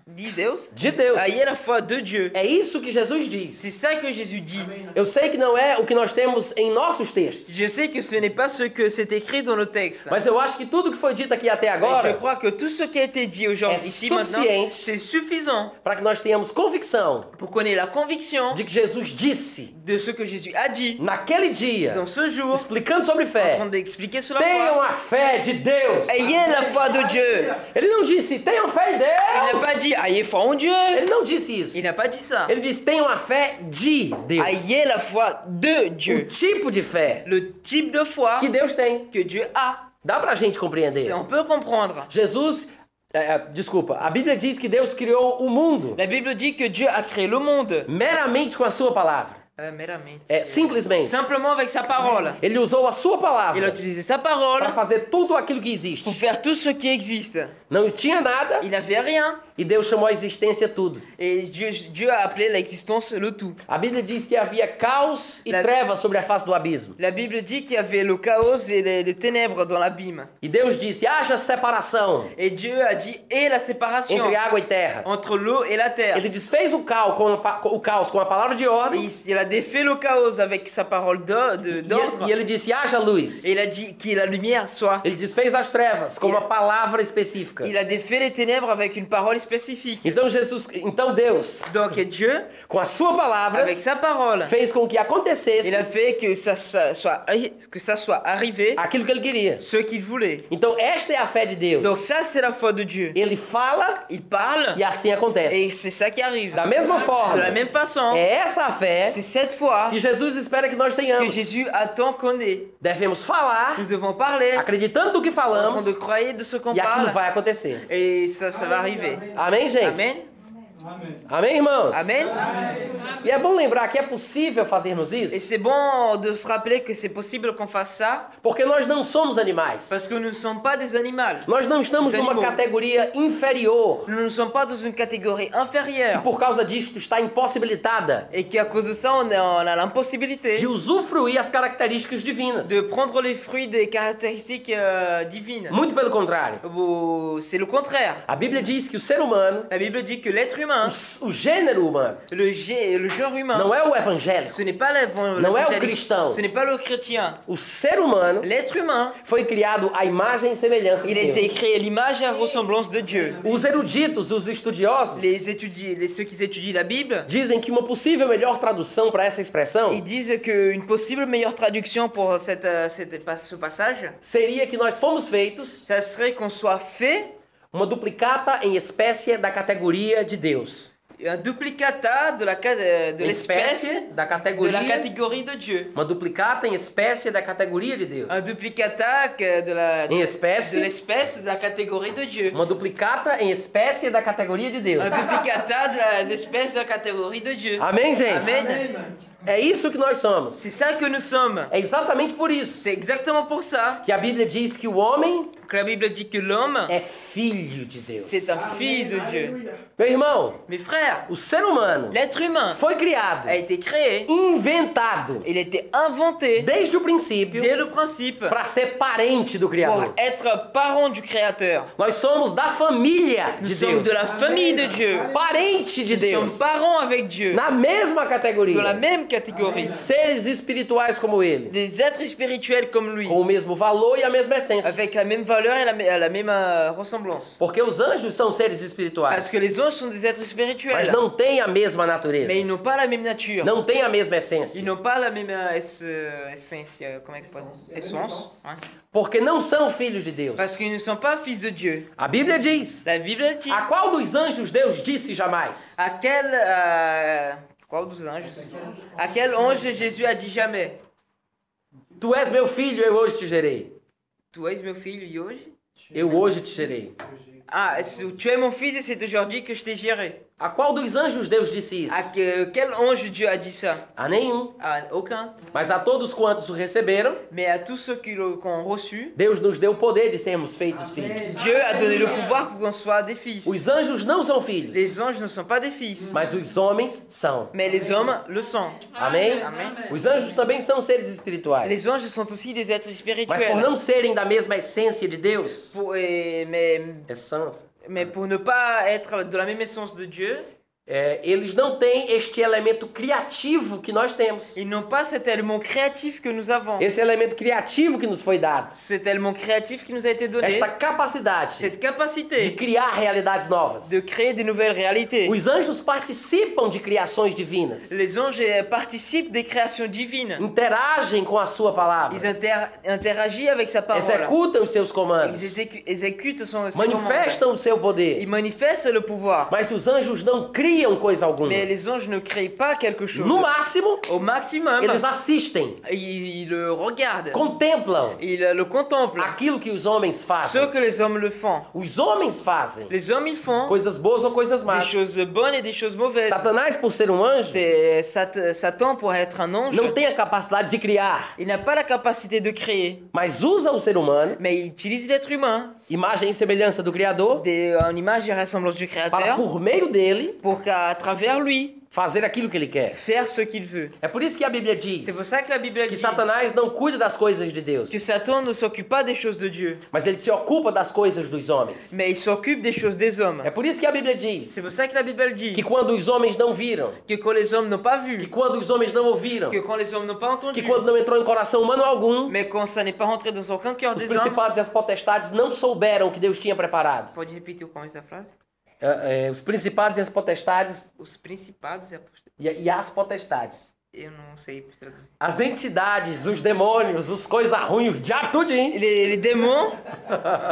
B: dit Deus.
A: De Deus.
B: Ayez la foi de Dieu.
A: É isso que Jesus diz.
B: C'est ça que Jésus dit.
C: Amen.
A: Eu sei que não é o que nós temos em nossos textos.
B: Je sais que ce n'est pas ce que c'est écrit dans nos textes.
A: Mas eu acho que tudo que foi dito aqui até
B: Mais je
A: agora
B: crois que tout ce qui a été dit
A: é
B: aujourd'hui, ici maintenant,
A: suficiente
B: c'est suffisant
A: para que nós tenhamos convicção
B: pour qu'on ait la conviction
A: de que Jesus disse
B: de ce que Jésus a dit
A: naquele dia,
B: dans ce jour,
A: explicando sobre
B: en
A: fé,
B: train d'expliquer sur la
A: tenham
B: foi.
A: a fé de Deus.
B: Ayez la foi de Dieu.
A: Ele não disse tenham fé em Deus.
B: Il n'a pas dit ayez foi en Dieu.
A: Ele não disse isso.
B: Il n'a pas dit ça.
A: Ele disse tenham a fé de Deus.
B: Ayez la foi de
A: O
B: Dieu.
A: tipo de fé
B: Le type de foi
A: que Deus tem.
B: que Dieu a.
A: Dá pra gente compreender.
B: C'est- On peut comprendre.
A: Jesus, é, é, desculpa, a Bíblia diz que Deus criou o mundo
B: La Bible dit que Dieu a créé le monde.
A: meramente com a sua palavra.
B: Euh, meramente.
A: É, simplesmente.
B: Simplement avec sa parole.
A: Ele usou a sua
B: Il a
A: palavra
B: utilisé sa
A: para
B: parole
A: fazer tudo aquilo que
B: pour
A: existe.
B: faire tout ce qui existe.
A: Não tinha nada
B: Il n'avait rien.
A: e Deus chamou a existência tudo.
B: Et Dieu, Dieu a appelé l'existence le tout.
A: A Bíblia diz que havia caos e
B: Da-
A: trevas sobre a face do abismo.
B: La Bible dit qu'il y avait le chaos et les, les ténèbres dans l'abîme.
A: E Deus disse: haja separação
B: Et Dieu a dit et la séparation
A: entre água e terra.
B: entre l'eau et la terre.
A: Ele desfez o caos com a, pa- o caos com a palavra de
B: Et
A: ordem
B: il, il a défait le chaos avec sa parole d'o- de-
A: e ele-
B: d'ordre.
A: e ele disse: haja luz.
B: Et il a dit que la lumière soit.
A: Ele desfez as trevas com uma palavra específica.
B: Il a défait les ténèbres avec une parole spécifique.
A: Então Jesus, então Deus,
B: Donc Dieu,
A: com a sua palavra,
B: avec sa parole,
A: fez com que acontecesse
B: il a fait que ça, ça soit, que ça soit arrivé
A: aquilo que ele queria.
B: ce qu'il voulait.
A: Então esta é a fé de Deus.
B: Donc ça, c'est la foi de Dieu.
A: Ele fala
B: Il parle
A: e assim
B: et
A: acontece.
B: c'est ça qui arrive.
A: Da mesma
B: De
A: forme,
B: la même façon,
A: é essa a fé
B: c'est cette foi
A: que Jesus espera que nós
B: que
A: tenhamos.
B: Jésus attend qu'on ait.
A: Devemos
B: Nous
A: falar,
B: devons parler,
A: acreditando no que
B: en train
A: falamos,
B: de croire de ce qu'on
A: e aquilo
B: parle
A: vai acontecer.
B: et ça, ça va arriver.
A: Amém, gente?
B: Amen.
C: Amen.
A: Amém, irmãos?
B: Amen.
A: E é bom lembrar que é possível fazermos
B: Et
A: isso,
B: c'est bon de se rappeler que c'est possible qu'on fasse ça
A: porque nós não somos animais.
B: parce que nous ne sommes pas des animaux.
A: Nós não estamos numa
B: Desanimou.
A: categoria inferior,
B: Nous ne sommes pas dans une catégorie inférieure
A: que por causa disto está impossibilitada
B: et qu'à cause de ça, on a, on a l'impossibilité
A: de usufruir as características divinas.
B: de prendre les fruits des caractéristiques euh, divines.
A: Muito pelo contrário.
B: Vous- C'est le contraire.
A: A Bíblia diz que o ser humano
B: La Bible dit que l'être humain,
A: o, o gênero humano.
B: le, gé- le genre humain.
A: Não é o evangélico.
B: Ce n'est pas l'évangile.
A: Não é o cristão.
B: Ce n'est pas le chrétien.
A: O ser humano
B: L'être humain,
A: foi criado à imagem e semelhança de
B: il a été
A: Deus.
B: créé à l'image et à la ressemblance de Dieu.
A: Os eruditos, os estudiosos,
B: Les étudiés, les, ceux qui étudient la Bible,
A: dizem que uma possível melhor tradução para essa expressão
B: ils disent qu'une possible meilleure traduction pour cette, euh, cette- pas- ce passage,
A: seria que nós fomos feitos
B: ça serait qu'on soit fait
A: uma duplicata em espécie da categoria de Deus.
B: un duplicata de la ca- euh, de
A: Em
B: l'espèce
A: espécie da
B: de la
A: categoria.
B: catégorie de Dieu.
A: Uma duplicata em espécie da categoria de Deus.
B: Un duplicata que de la
A: Em
B: de
A: espécie.
B: l'espèce de la catégorie de Dieu.
A: Uma duplicata em espécie da categoria de Deus.
B: Un duplicata de la- de l'espèce de la catégorie de Dieu.
A: Amém, gente?
B: Amém. né?
C: mano.
A: É isso que nós somos.
B: C'est ça que nous sommes.
A: É exatamente por isso
B: C'est exactement pour ça
A: que a Bíblia diz que o homem
B: que la Bible dit que l'homme
A: é filho de Deus.
B: c'est un fils de
C: Amém,
B: Dieu.
C: aleluia.
A: Meu irmão,
B: Mes frères,
A: o ser humano
B: l'être humain
A: foi criado,
B: a été créé,
A: inventado
B: il a été inventé
A: desde o princípio
B: dès le principe
A: para ser parente do
B: pour
A: Criador.
B: être parent du Créateur.
A: Nós somos da família
B: Nous
A: de
B: sommes
A: Deus,
B: de la famille de Dieu.
A: parente de
B: Nous
A: Deus,
B: sommes parents avec Dieu.
A: na mesma
B: Dans la
A: categoria.
B: même catégorie.
A: Seres espirituais como ele,
B: Des êtres spirituels comme lui.
A: com o mesmo valor e a mesma essência.
B: Avec la même valeur et la, me- la même euh, ressemblance.
A: Porque os anjos são seres espirituais,
B: Parce que les anges sont des êtres
A: mas
B: spirituels.
A: não têm a mesma
B: Mais ils
A: natureza,
B: n'ont pas la même nature.
A: não têm a mesma
B: Ils
A: essência.
B: n'ont pas la même euh, ess- euh, essence. euh, comment est-ce qu'on dit
C: Essence.
B: Essence. hein.
A: Porque não são filhos de Deus.
B: Parce qu'ils ne sont pas fils de Dieu.
A: A Bíblia diz:
B: La Bible dit.
A: A qual dos anjos Deus disse jamais?
B: À quel. euh, quoi, douze anges À quel ange Jésus a dit jamais
A: Tu és meu filho, eu hoje te gerei.
B: Tu es mon fils, Yoji
A: Eu hoje te gerei.
B: Ah, c'est- tu es mon fils et c'est aujourd'hui que je t'ai géré.
A: A qual dos anjos Deus disse
B: À
A: isso?
B: que- quel ange Dieu a dit ça
A: A nenhum.
B: À aucun.
A: Mas a todos quantos o receberam,
B: Mais à tous ceux qui l'ont qui ont reçu,
A: Deus nos deu o poder de sermos feitos
C: Amém.
A: filhos.
B: Dieu a donné le pouvoir pour qu'on soit des fils.
A: Os anjos não são filhos,
B: Les anges ne sont pas des fils,
A: mas os homens são.
B: mais les hommes le sont.
A: Amém?
B: Amém.
A: Os anjos também são seres espirituais,
B: Les anges sont aussi des êtres
A: mas por
B: spirituels.
A: não serem da mesma essência de Deus, é
B: Pour- et- mais,
A: essência,
B: mais pour ne pas être de la même essence de Dieu,
A: é, eles não têm este elemento criativo que nós temos.
B: ils n'ont pas cet élément créatif que nous avons.
A: Esse elemento criativo que nos foi dado,
B: Cet élément créatif qui nous a été donné.
A: esta capacidade
B: Cette
A: de
B: capacité
A: criar realidades novas.
B: de créer des nouvelles réalités.
A: Os anjos participam de criações divinas,
B: Les anges euh, participent des créations divines.
A: interagem com a sua palavra,
B: Ils inter- interagissent avec sa parole.
A: executam os seus comandos,
B: Ils exécu- exécutent son ses commandes.
A: manifestam o seu poder.
B: Ils manifestent le pouvoir.
A: Mas os anjos não criam coisa alguma.
B: Mais les anges ne créent pas quelque chose.
A: No máximo,
B: Au maximum,
A: eles assistem,
B: ils, ils le regardent.
A: contemplam
B: Ils le contemplent.
A: aquilo que os homens
B: Ce
A: fazem.
B: que les hommes le font.
A: Os homens fazem
B: Les hommes, ils font
A: coisas boas ou coisas
B: des
A: más.
B: choses bonnes et des choses mauvaises.
A: Satanás, por ser um anjo,
B: C'est Sat- Satan pour être un ange.
A: não tem a capacidade de criar,
B: Il n'a pas la capacité de créer,
A: mas usa o ser humano,
B: mais il utilise l'être humain,
A: imagem e semelhança do Criador,
B: des, en image et ressemblance du
A: para
B: Créateur,
A: por meio dele
B: pour qu'à travers lui,
A: fazer aquilo que ele quer.
B: faire ce qu'il veut.
A: É por isso que a Bíblia diz
B: C'est pour ça que la Bible
A: que
B: dit
A: Satanás não cuida das coisas de Deus,
B: que Satan ne s'occupe pas des choses de Dieu,
A: mas ele se ocupa das coisas dos homens.
B: mais il s'occupe des choses des hommes.
A: É por isso que a Bíblia diz
B: C'est pour ça que la Bible dit
A: que quando os homens não viram,
B: que quand les hommes n'ont pas
A: que
B: vu,
A: quando os homens não ouviram,
B: que quand les hommes n'ont pas
A: que
B: entendu,
A: quando não entrou em coração humano algum,
B: mais quand ça n'est pas rentré dans aucun cœur
A: os
B: des hommes.
A: principados e as potestades não souberam o que Deus tinha preparado.
B: Pode repetir o começo da frase?
A: É, é, os principados e as potestades
B: Os principados e apost-
A: e, e as potestades.
B: Eu não sei traduzir.
A: As entidades, os demônios, os coisa ruim, o diabo tudinho,
B: Les, les démons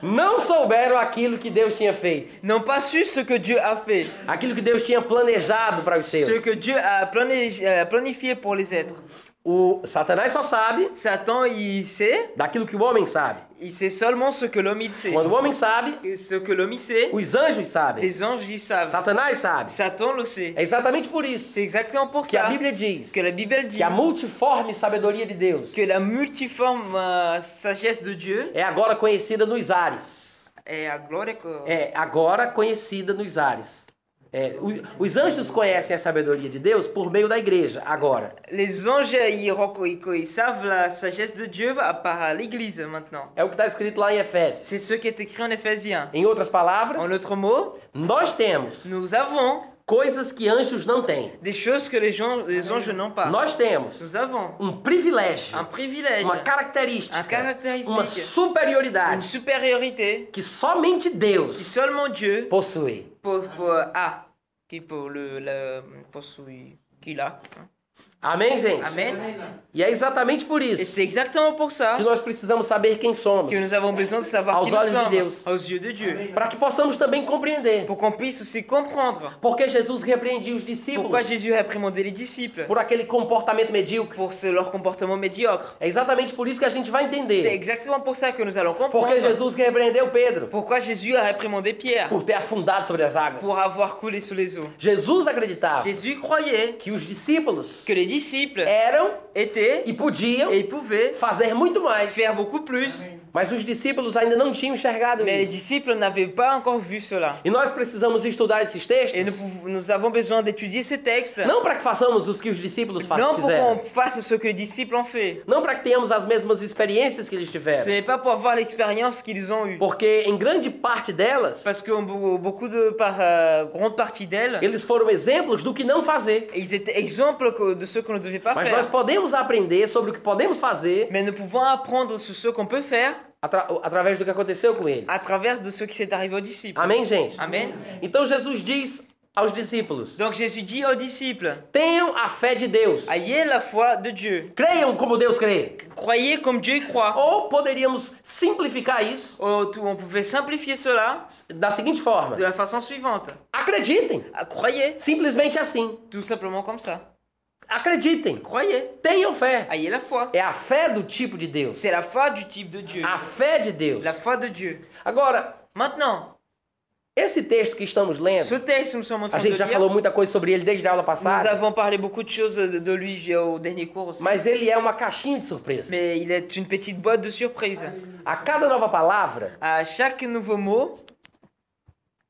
A: não souberam aquilo que Deus tinha feito,
B: n'ont pas su ce que Dieu a fait.
A: aquilo que Deus tinha planejado para os seus.
B: Ce que Dieu a plané- euh, planifié pour les êtres.
A: O Satanás só sabe
B: Satan, il sait,
A: daquilo que o homem sabe.
B: il sait seulement ce que l'homme il sait.
A: Quando o homem sabe,
B: Et Ce que l'homme il sait,
A: os anjos sabem.
B: les anges ils savent.
A: Satanás sabe.
B: Satan le sait.
A: É exatamente por isso
B: C'est exactement pour
A: que a
B: ça
A: Bíblia diz
B: que la Bible dit
A: que a multiforme sabedoria de Deus
B: que la multiforme euh, sagesse de Dieu
A: é agora conhecida nos ares.
B: est à gloire. que-
A: É agora conhecida nos ares. É, o- os anjos conhecem a sabedoria de Deus por meio da igreja, agora.
B: Les anges, ils, reco- ils co- ils savent la sagesse de Dieu à part à l'Église maintenant.
A: É o que está escrito lá em
B: C'est
A: Efésios.
B: ce qui est écrit en Éphésiens.
A: Em outras palavras,
B: En d'autres mots,
A: nós temos
B: nous avons
A: coisas que anjos não têm.
B: des choses que les, gens, les anges n'ont pas.
A: Nós temos
B: Nous avons
A: um privilégio,
B: un privilège,
A: uma
B: un
A: característica, uma
B: caractéristique, une
A: superioridade
B: supériorité
A: que somente
B: que
A: Deus
B: seulement Dieu
A: possui.
B: pour, pour- a, qui pour le, le- pour celui qu'il a.
A: Amém, gente?
B: Amém.
A: E é exatamente por
B: Et
A: isso
B: c'est exactement pour ça
A: que nós precisamos saber quem somos,
B: que nous avons besoin de savoir
A: Aux
B: qui
A: olhos de
B: nous
A: Deus.
B: sommes aux yeux de Dieu,
A: para que possamos também compreender
B: pour qu'on puisse aussi comprendre
A: porque Jesus repreendia os discípulos
B: pourquoi Jésus réprimandait les disciples
A: por aquele comportamento medíocre.
B: pour ce- leur comportement médiocre.
A: É exatamente por isso que a gente vai
B: C'est
A: entender
B: exactement pour ça que nous allons comprendre
A: porque Jesus repreendeu Pedro
B: pourquoi Jésus a réprimandé Pierre
A: por ter afundado sobre as águas.
B: pour avoir coulé sous les eaux.
A: Jesus acreditava
B: Jésus croyait
A: que os discípulos
B: que les disciples
A: eram
B: étaient
A: e podiam
B: et pouvaient
A: fazer muito mais,
B: faire beaucoup plus,
A: mas os discípulos ainda não tinham enxergado
B: mais les
A: isso.
B: disciples n'avaient pas encore vu cela.
A: E nós precisamos estudar esses
B: Et nous,
A: textos
B: pouv- nous avons besoin d'étudier ces textes,
A: não para que façamos os que os discípulos fa-
B: non pour
A: fizeram.
B: qu'on fasse ce que les disciples ont fait.
A: Não para que tenhamos as mesmas experiências que eles
B: Ce
A: tiveram,
B: n'est pas pour avoir l'expérience qu'ils ont eue.
A: porque em grande parte delas,
B: Parce que be- beaucoup de, par euh, grande partie d'elles,
A: eles foram exemplos do que não fazer.
B: ils étaient exemples que- de ce qu'on ne devait pas
A: Mas nós
B: faire.
A: podemos aprender sobre o que podemos fazer
B: Mais nous pouvons apprendre sur ce qu'on peut faire
A: atra- através do que aconteceu com eles.
B: à travers de ce qui s'est arrivé aux disciples.
A: Amém, gente?
B: Amen.
A: Então Jesus diz aos discípulos:
B: Donc Jésus dit aux disciples,
A: tenham a fé de Deus,
B: ayez la foi de Dieu,
A: creiam como Deus crê.
B: croyez comme Dieu y croit.
A: Ou poderíamos simplificar isso
B: Oh, tout- on pouvait simplifier cela
A: da seguinte forma:
B: de la façon suivante.
A: acreditem,
B: Ah, Croyez,
A: simplesmente assim.
B: tout simplement comme ça.
A: Acreditem,
B: Croyez,
A: tenham fé.
B: ayez la foi.
A: É a fé do tipo de Deus.
B: C'est la foi du type de Dieu.
A: A fé de Deus.
B: La foi de Dieu.
A: Agora,
B: Maintenant,
A: Esse texte que estamos
B: ce
A: lendo,
B: texte, nous sommes en train
A: a
B: de
A: gente já
B: lire.
A: falou muita coisa sobre ele desde a aula
B: Nous
A: passada,
B: avons parlé beaucoup de choses de de lui au dernier cours aussi.
A: mas ele é uma caixinha de surpresas.
B: Mais il est une petite boîte de surprises.
A: A cada nova palavra
B: À chaque nouveau mot,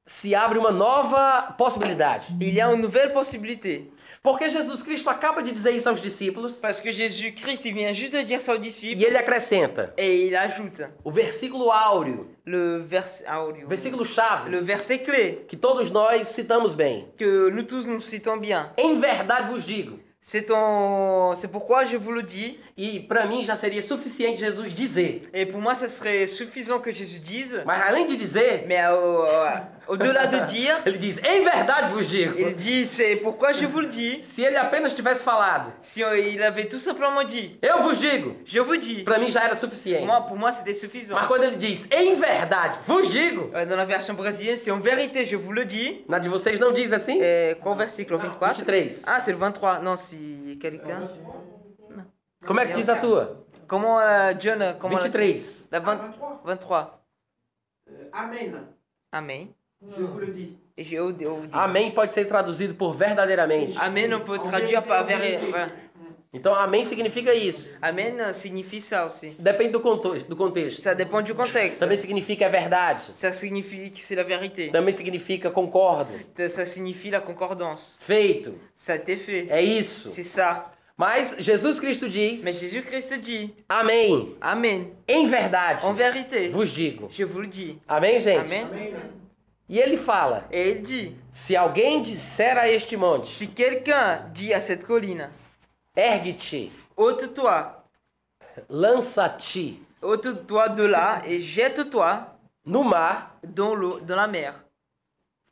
A: se abre uma nova possibilidade.
B: il y a une nouvelle possibilité.
A: Porque Jesus Cristo acaba de dizer isso aos discípulos
B: Parce que Jésus-Christ, il vient juste de dire ça aux disciples
A: e ele acrescenta
B: et il ajoute
A: o versículo áureo,
B: le verset, ah, oh,
A: o
B: Dieu.
A: versículo
B: le
A: chave,
B: verset clé
A: que todos nós citamos bem.
B: que nous tous nous citons bien.
A: Em verdade vos digo.
B: C'est en- c'est pourquoi je vous le dis.
A: E para mim já seria suficiente Jesus dizer.
B: Et pour moi, ça serait suffisant que Jésus dise.
A: Mas além de dizer,
B: Mais au- au-delà de dire,
A: ele diz: Em verdade vos
B: il
A: digo.
B: dit c'est pourquoi je vous le dis.
A: Se ele apenas tivesse falado,
B: Si on- il avait tout simplement dit,
A: eu vos digo.
B: je vous dis.
A: Pra mim já era suficiente.
B: Moi, pour moi, c'était suffisant.
A: Mas quando ele diz, em verdade, vos digo,
B: Euh, Dans la version brésilienne, c'est en vérité, je vous le dis.
A: na de vocês não diz assim?
B: Et quel verset, au 24
A: 23.
B: Ah, c'est le 23. Non, si quelqu'un.
A: Como é que diz a tua?
B: Comment euh, John euh, comment la-
A: 23.
B: La 20 23.
C: Amen.
B: Amen.
C: Je vous le dis.
B: Et j'ai au- au- dit.
A: Amém pode ser traduzido por verdadeiramente.
B: Amen, on peut traduire par ver- voilà.
A: Então, amém significa isso.
B: Amen euh, signifie ça aussi.
A: Depende do, conto- do contexto.
B: Ça dépend du contexte.
A: Também significa é verdade.
B: Ça signifie que c'est la vérité.
A: Também significa concordo.
B: Ça signifie la concordance.
A: Feito.
B: Ça t'est fait.
A: É isso.
B: C'est ça.
A: Mas Jesus Cristo diz,
B: Mais Jésus-Christ dit
A: amém.
B: Amen.
A: Em verdade,
B: En vérité,
A: vos digo.
B: je vous le dis.
A: Amém, gente?
B: Amém.
A: E ele fala,
B: Et il dit
A: se alguém disser a este monte,
B: Si quelqu'un dit à cette colline,
A: Ergue-te,
B: ôte-toi,
A: lança-te
B: ôte-toi de là et jette-toi
A: no mar
B: dans l'eau, dans la mer.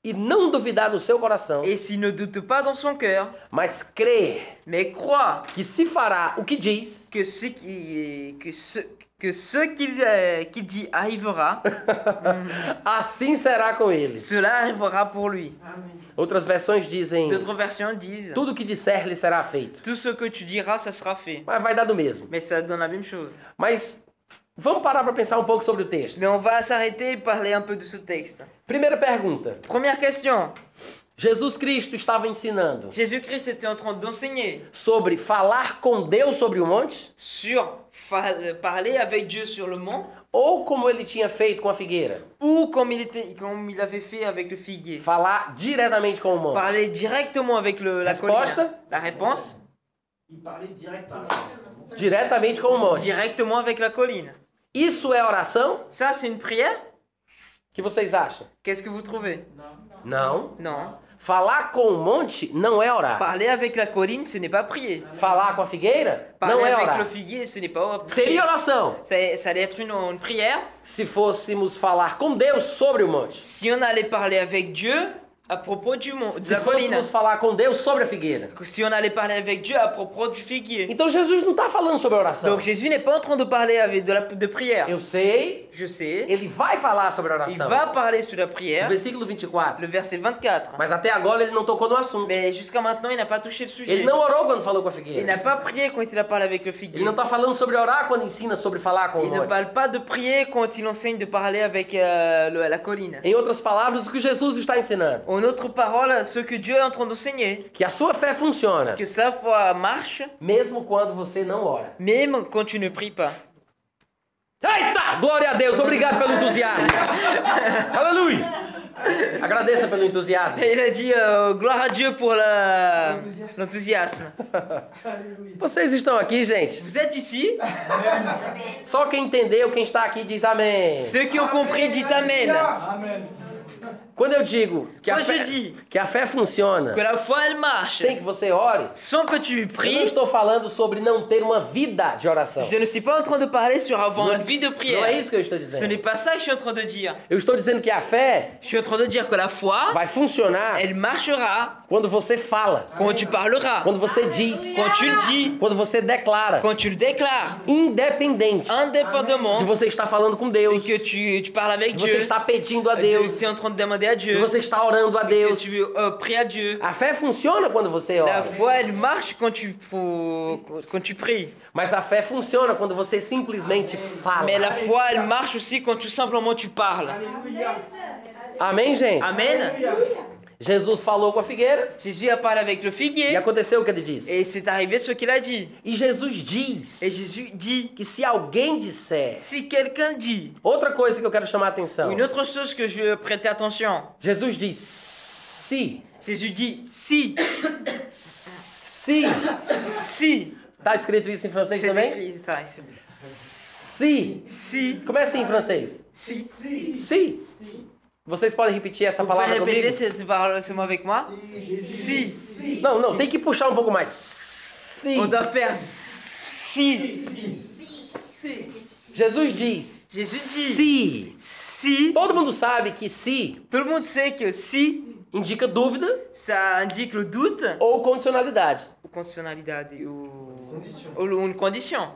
A: e não duvidar no seu coração,
B: Et s'il ne doute pas dans son cœur,
A: mas crer
B: mais croit
A: que se fará o que diz,
B: que ce qui que ce que ce qu'il euh, qu'il dit arrivera, mm,
A: assim será com ele.
B: cela arrivera pour lui.
A: Outras versões dizem:
B: D'autres versions disent
A: tudo que disser lhe será feito.
B: tout ce que tu diras, ça sera fait.
A: Mas vai dar do mesmo.
B: Mais ça donne la même chose.
A: Mas vamos parar para pensar um pouco sobre o texto.
B: Mais on va s'arrêter et parler un peu de ce texte.
A: Primeira pergunta:
B: Première question.
A: Jesus Cristo estava ensinando
B: Jésus-Christ était en train d'enseigner
A: sobre falar com Deus sobre o monte?
B: sur fa- parler avec Dieu sur le mont,
A: ou como ele tinha feito com a figueira,
B: ou comme il, était, comme il avait fait avec le figuier.
A: falar diretamente com o monte.
B: Parler directement avec le, la colline.
A: Resposta:
B: La réponse
C: Il parlait directement.
A: diretamente com o monte.
B: Directement avec la colline.
A: Isso é oração?
B: Ça, c'est une prière
A: O que vocês acham?
B: Qu'est-ce que vous trouvez
C: Non.
A: Não.
B: Non.
A: Falar com o monte não é orar.
B: Parler avec la colline, ce n'est pas prier.
A: Falar com a figueira
B: Parler
A: não é
B: avec
A: orar.
B: le figuier, ce n'est pas prier.
A: Seria oração
B: Ça, ça allait être une, une prière.
A: se fôssemos falar com Deus sobre o monte.
B: Si on allait parler avec Dieu à propos du mont, de
A: Se
B: la colline.
A: fôssemos falar com Deus sobre a figueira.
B: Si on allait parler avec Dieu à propos du figuier.
A: Então Jesus não está falando sobre oração.
B: Donc Jésus n'est pas en train de parler avec de, la, de prière.
A: Eu sei,
B: Je sais.
A: ele vai falar sobre
B: Il
A: oração.
B: va parler sur la
A: No
B: prière.
A: versículo 24.
B: Le verset 24.
A: Mas até agora ele não tocou no assunto.
B: Mais jusqu'à maintenant, il n'a pas touché le
A: Ele
B: sujet.
A: não orou quando falou com a
B: Il n'a
A: figueira.
B: pas prié quand il a parlé avec le figuier.
A: Ele não está falando sobre orar quando ensina sobre falar com o
B: Il ne
A: monte.
B: parle pas de prier quand il enseigne de parler avec euh, le- la colline.
A: Em outras palavras, o que Jesus está ensinando?
B: En autre parole, ce que Dieu est en train d'enseigner,
A: Que a sua fé funciona,
B: que sa foi marche,
A: mesmo quando você não ora.
B: même quand tu ne pries pas.
A: Eita! Glória a Deus! Obrigado pelo entusiasmo! Aleluia! Agradeça pelo entusiasmo.
B: Et il a dit euh, gloire à Dieu pour la-
C: L'enthousiasme.
B: l'enthousiasme.
C: Alléluia.
A: Vocês estão aqui, gente?
B: Vous êtes ici,
A: Só quem entendeu, quem está aqui, diz amém.
B: ceux qui ont compris, dites Amen.
C: Ah. Amen.
A: Quando eu digo que a
B: Quand je
A: fé,
B: dis
A: que a fé funciona
B: que la foi elle marche
A: sem que você ore,
B: sans que tu
A: eu não
B: pries,
A: estou falando sobre não ter uma vida de oração.
B: je ne suis pas en train de parler sur avoir
A: Non.
B: une vie de
A: Não é
B: prière.
A: isso que eu estou
B: Ce n'est
A: dizendo.
B: pas ça que je suis en train de dire.
A: Eu estou dizendo que a fé
B: Je suis en train de dire que la foi,
A: vai funcionar
B: elle marchera
A: quando você fala,
B: quand tu parleras.
A: quando você diz,
B: quand tu le dis,
A: quando você declara,
B: quand tu le déclares,
A: independente
B: indépendamment
A: de você estar falando com
B: et
A: Deus,
B: que
A: de
B: tu, tu parles avec
A: você
B: Dieu,
A: estar pedindo a
B: que
A: Deus,
B: tu es en train de demander à
A: de
B: Dieu,
A: você estar orando a
B: que
A: Deus.
B: tu euh, pries à Dieu.
A: A fé funciona quando você
B: La
A: ora,
B: foi, elle marche quand tu, pour- quand tu pries.
A: mas a fé funciona quando você simplesmente fala.
B: Mais la foi, elle marche aussi quand tout simplement tu parles.
C: Alléluia.
A: Amém, gente?
B: Amen.
C: Alléluia.
A: Jesus falou com a figueira
B: Jésus a parlé avec le
A: e
B: figuier
A: aconteceu o que ele disse.
B: et c'est arrivé ce qu'il a dit.
A: E Jesus diz
B: Et Jésus dit,
A: que se alguém disser.
B: si quelqu'un dit,
A: Outra coisa que eu quero chamar a atenção.
B: une autre chose que je prêtais attention,
A: Jesus diz se.
B: Jésus dit, si,
A: Se.
B: si,
A: Tá escrito isso em francês
B: c'est
A: também?
B: écrit, ça, c'est bon.
A: Se.
B: si,
A: Como é assim em francês?
B: si.
C: Si.
A: Se.
C: Si.
A: Vocês podem repetir essa
B: Vous pouvez
A: palavra
B: répéter
A: comigo?
B: cette parole ce mot avec moi Si.
C: Si.
A: Não, não, tem que puxar um pouco mais. Se.
B: On doit faire si.
A: Jesus diz
B: Jésus dit
A: se.
B: si.
A: Todo mundo sabe que se
B: Tout le monde sait que si,
A: indica dúvida
B: ça indique le doute
A: ou condicionalidade.
B: ou conditionnalité ou,
C: Condition.
B: ou une condition.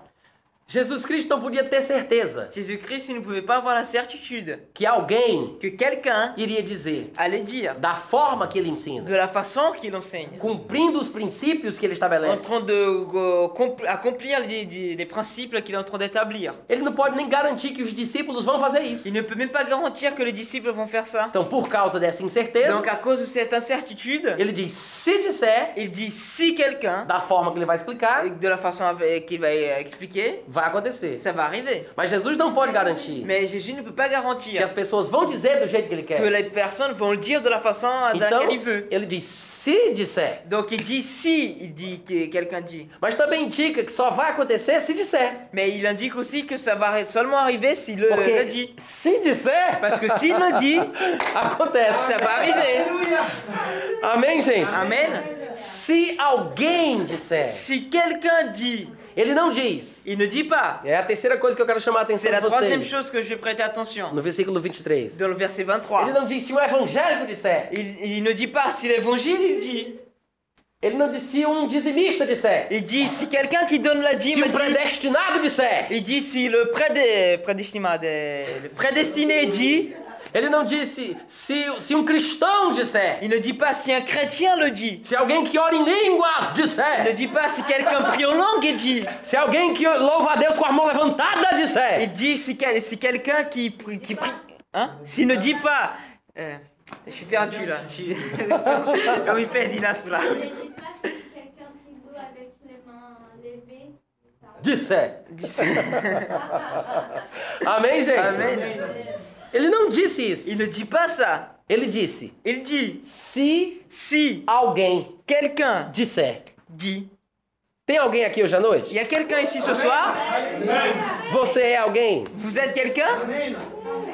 A: Jesus Cristo não podia ter certeza
B: Jésus-Christ, il ne pouvait pas avoir la certitude
A: que alguém
B: que quelqu'un
A: iria dizer
B: allait dire
A: da forma que ele ensina,
B: de la façon qu'il enseigne,
A: cumprindo os princípios que ele
B: en
A: estabelece.
B: train de euh, compl- accomplir les, les- les principes qu'il est en train d'établir.
A: Ele não pode nem garantir que os discípulos vão fazer isso.
B: Il ne peut même pas garantir que les disciples vont faire ça.
A: Então, por causa dessa incerteza,
B: Donc à cause de cette incertitude,
A: ele diz: se disser
B: il dit si quelqu'un
A: da forma que ele vai explicar,
B: Et de la façon avec- qu'il va euh, expliquer,
A: vai acontecer.
B: ça va arriver.
A: Mas Jesus não pode garantir
B: Mais Jésus ne peut pas
A: que
B: garantir
A: as pessoas vão dizer do jeito que ele
B: que
A: quer.
B: les personnes vont le dire de la façon à
A: Então,
B: laquelle il veut.
A: ele diz: se disser.
B: Donc il dit si, il dit que quelqu'un dit.
A: Mas também indica que só vai acontecer se disser.
B: Mais il indique aussi que ça va seulement arriver s'il le, le dit.
A: Porque se disser,
B: Parce que s'il le dit,
A: acontece.
B: ça va arriver.
C: Alléluia.
A: Amém, gente?
B: Amen.
A: Se alguém disser,
B: Si quelqu'un dit,
A: ele não diz.
B: il ne dit pas.
A: É a terceira coisa que eu quero chamar a atenção
B: C'est
A: de
B: la troisième
A: vocês.
B: chose que je vais prêter attention
A: No versículo 23.
B: dans le verset
A: Ele
B: 23.
A: não diz se um evangélico disser.
B: Il, il ne dit pas si l'évangile il dit.
A: Ele não diz se um dizimista disser.
B: Il dit si quelqu'un qui donne la
A: Se
B: dîme
A: um
B: dit.
A: predestinado disser.
B: Il dit si le prédé- prédestiné, des- le prédestiné dit,
A: Ele não diz se, se, se um cristão disser.
B: il ne dit pas si un chrétien le dit.
A: Se alguém que ora em línguas
B: Il ne
A: disser.
B: dit pas si quelqu'un prie en langue dit.
A: Se alguém que louva a Deus com a mão levantada
B: Il
A: disser.
B: dit si, quel- si quelqu'un qui, prie- qui prie. Hein S'il ne dit pas. euh, je suis perdu là. Je suis... Comme il perd Dinas là.
D: Ne dis pas que si quelqu'un prie Dieu avec les mains levées, ça va.
A: Disse.
B: Disciple.
A: Amém, gente?
B: Amém.
A: Ele não disse isso.
B: Il ne dit pas ça.
A: Ele disse:
B: Il dit
A: se
B: si
A: alguém
B: quelqu'un
A: disser.
B: dit.
A: Tem alguém aqui hoje à
B: Il
A: noite?
B: y a quelqu'un ici ce soir
C: Amen.
A: Você é alguém?
B: Vous êtes quelqu'un
C: Amen.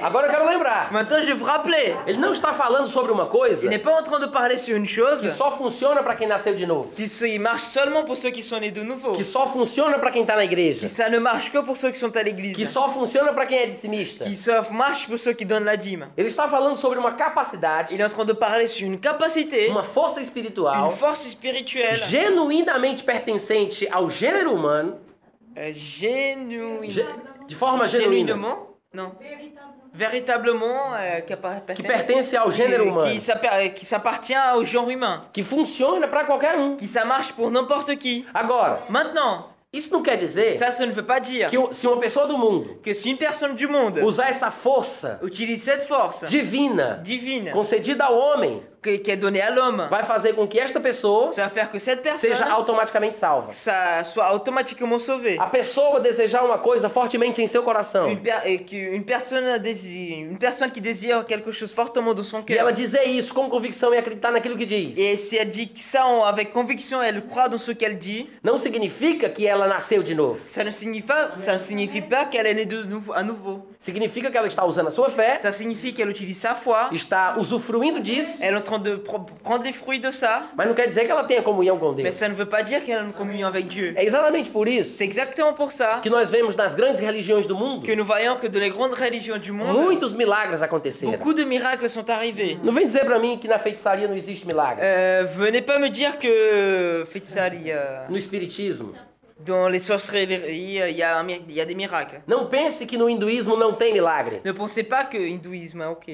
A: Agora eu quero lembrar.
B: Maintenant, je vais vous rappeler.
A: Ele não está falando sobre uma coisa
B: Il n'est pas en train de parler sur une
A: que
B: chose
A: só funciona para quem nasceu de novo,
B: qui se- il marche seulement pour ceux qui sont nés de nouveau.
A: que só funciona para quem está na
B: Qui
A: igreja,
B: ça ne marche que pour ceux qui sont
A: que
B: à l'église.
A: só funciona para quem é dizimista.
B: Qui ça marche pour ceux qui donnent la dîme.
A: Ele está falando sobre uma capacidade,
B: Il est en train de parler sur une capacité,
A: uma força espiritual
B: une force spirituelle
A: genuinamente pertencente ao gênero humano,
B: euh, génuine.
A: ge- de forma genuína,
B: Génuinement Non. Véritablement euh, qui appara-
A: que
B: pertaincent-
A: pertence ao gênero
B: qui,
A: humano,
B: qui s'appa- qui s'appartient au genre humain,
A: que funciona para qualquer um.
B: qui ça marche pour n'importe qui.
A: Agora,
B: Maintenant,
A: isso não quer dizer
B: ça, ça ne veut pas dire
A: que o- se uma pessoa do mundo
B: que si une personne du monde
A: usar essa força
B: utilise cette force
A: divina
B: divine
A: concedida ao homem,
B: que- qui est donnée à l'homme,
A: vai fazer com que esta pessoa
B: ça va faire que cette
A: seja
B: personne
A: automaticamente salva.
B: ça soit automatiquement sauvée.
A: A pessoa desejar uma coisa fortemente em seu coração
B: Une, per- et qu'une personne désire, une personne qui désire quelque chose fortement de son
A: e
B: cœur.
A: ela dizer isso com convicção e acreditar naquilo que diz,
B: Et si elle dit ça en- avec conviction, elle croit dans ce qu'elle dit,
A: não significa que ela nasceu de novo.
B: ça ne signifie pas, ça ne signifie pas qu'elle est née de nouveau, à nouveau.
A: Significa que ela está usando a sua fé,
B: Ça signifie qu'elle utilise sa foi,
A: está usufruindo disso,
B: elle est en train de pro- prendre les fruits de ça,
A: mas não quer dizer que ela tenha comunhão com
B: mais
A: Deus.
B: ça ne veut pas dire qu'elle a une communion avec Dieu.
A: É exatamente por isso
B: C'est exactement pour ça
A: que nós vemos nas grandes religiões do mundo
B: que nous voyons que dans les grandes religions du monde,
A: muitos milagres acontecerem.
B: beaucoup de miracles sont arrivés.
A: Não vem dizer pra mim que na feitiçaria não existe milagre,
B: Euh, venez pas me dire que Fitzali, euh,
A: no espiritisme.
B: dans les sorcelleries, euh, il y, a un mir- il y a des miracles.
A: Não pense que no hinduísmo não tem milagre.
B: Ne pensez pas que l'hindouisme, ok.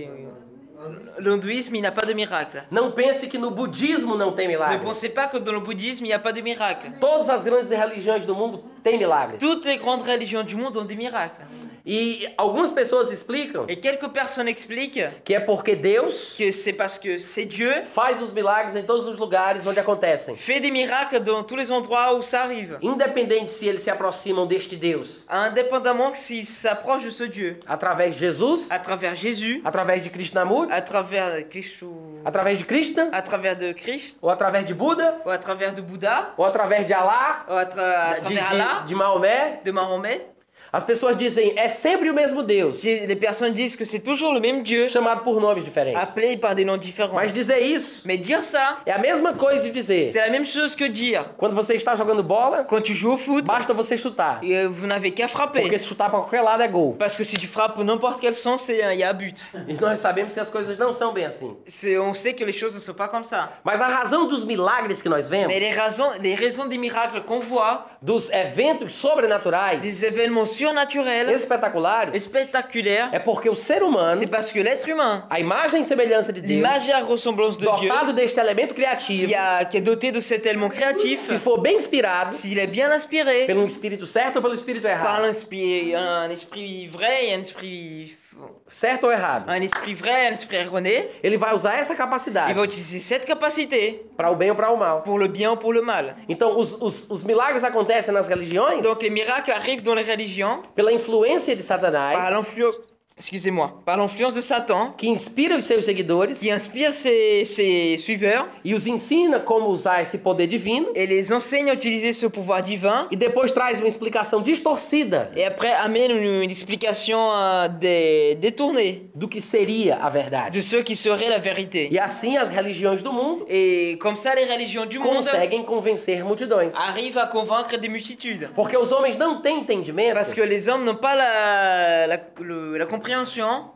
B: euh, L'hindouisme, il n'a pas de miracle.
A: Não pense que no budismo não tem
B: Ne
A: milagre.
B: pensez pas que dans le bouddhisme, il n'y a pas de miracle.
A: Todas as grandes religiões do mundo têm milagres.
B: Toutes les grandes religions du monde ont des miracles.
A: E algumas pessoas explicam
B: Et quelques personnes expliquent
A: que é porque Deus
B: que c'est parce que c'est Dieu
A: faz os milagres em todos os lugares onde acontecem.
B: fait des miracles dans tous les endroits où ça arrive.
A: Independente se eles se aproximam deste Deus
B: Indépendamment que s'ils s'approchent de ce Dieu.
A: através de Jesus,
B: À travers Jésus,
A: atravers de Krishnamurti,
B: à travers Christ ou-
A: atravers de Krishna,
B: à travers de Christ,
A: ou através de Buda,
B: ou à travers de Bouddha,
A: ou através de Alá,
B: ou à, tra- à
A: de,
B: travers
A: de,
B: Allah,
A: de Maomé.
B: de Mahomet.
A: As pessoas dizem, é sempre o mesmo Deus,
B: Les personnes disent que c'est toujours le même Dieu,
A: chamado por nomes diferentes.
B: appelé par des noms différents.
A: Mas dizer isso
B: Mais dire ça,
A: é a mesma coisa de
B: c'est
A: dizer,
B: la même chose que dire
A: quando você está jogando bola,
B: quand tu joues au foot,
A: basta você chutar.
B: et, euh, vous n'avez qu'à
A: Porque
B: frapper.
A: se chutar pra qualquer lado é gol.
B: Parce que si tu frappes n'importe quel sens, c'est un- il y a un but.
A: E nós sabemos que as coisas não são bem assim.
B: C'est- on sait que les choses ne sont pas comme ça.
A: Mas a razão dos milagres que nós
B: Mais
A: vemos,
B: les raisons, les raisons des miracles qu'on voit,
A: dos eventos sobrenaturais
B: des événements surnaturels et
A: espetaculares,
B: spectaculaires,
A: é porque o ser humano,
B: c'est parce que l'être humain,
A: a imagem e semelhança de Deus,
B: l'image et la ressemblance de Dieu,
A: dotado deste elemento criativo,
B: qui, a- qui est doté de cet élément créatif,
A: se for bem inspirado
B: s'il est bien inspiré
A: pelo espírito certo ou pelo espírito
B: par
A: errado,
B: l'inspi- un esprit vrai et un esprit,
A: certo ou errado,
B: un esprit vrai et un esprit erroné,
A: ele vai usar essa
B: il va
A: capacidade
B: utiliser cette capacité
A: para o bem ou para o mal.
B: pour le bien ou pour le mal.
A: Então, os, os, os milagres acontecem nas religiões
B: Donc les miracles arrivent dans les religions
A: pela influência de
B: par
A: Satanás,
B: l'influence, excusez-moi, par l'influence de Satan
A: que inspira os seus seguidores
B: qui inspire ses, ses suiveurs
A: e os ensina como usar esse poder divino,
B: et les enseigne à utiliser ce pouvoir divin
A: e depois traz uma explicação distorcida
B: et après amène une, une explication euh, dé- détournée
A: do que seria a
B: de
A: verdade.
B: ce qui serait la vérité.
A: E assim as religiões do mundo
B: Et comme ça, les religions du monde
A: conseguem convencer multidões.
B: arrivent à convaincre des multitudes.
A: Porque os homens não têm entendimento
B: Parce que les hommes n'ont pas la, la, le- la compréhension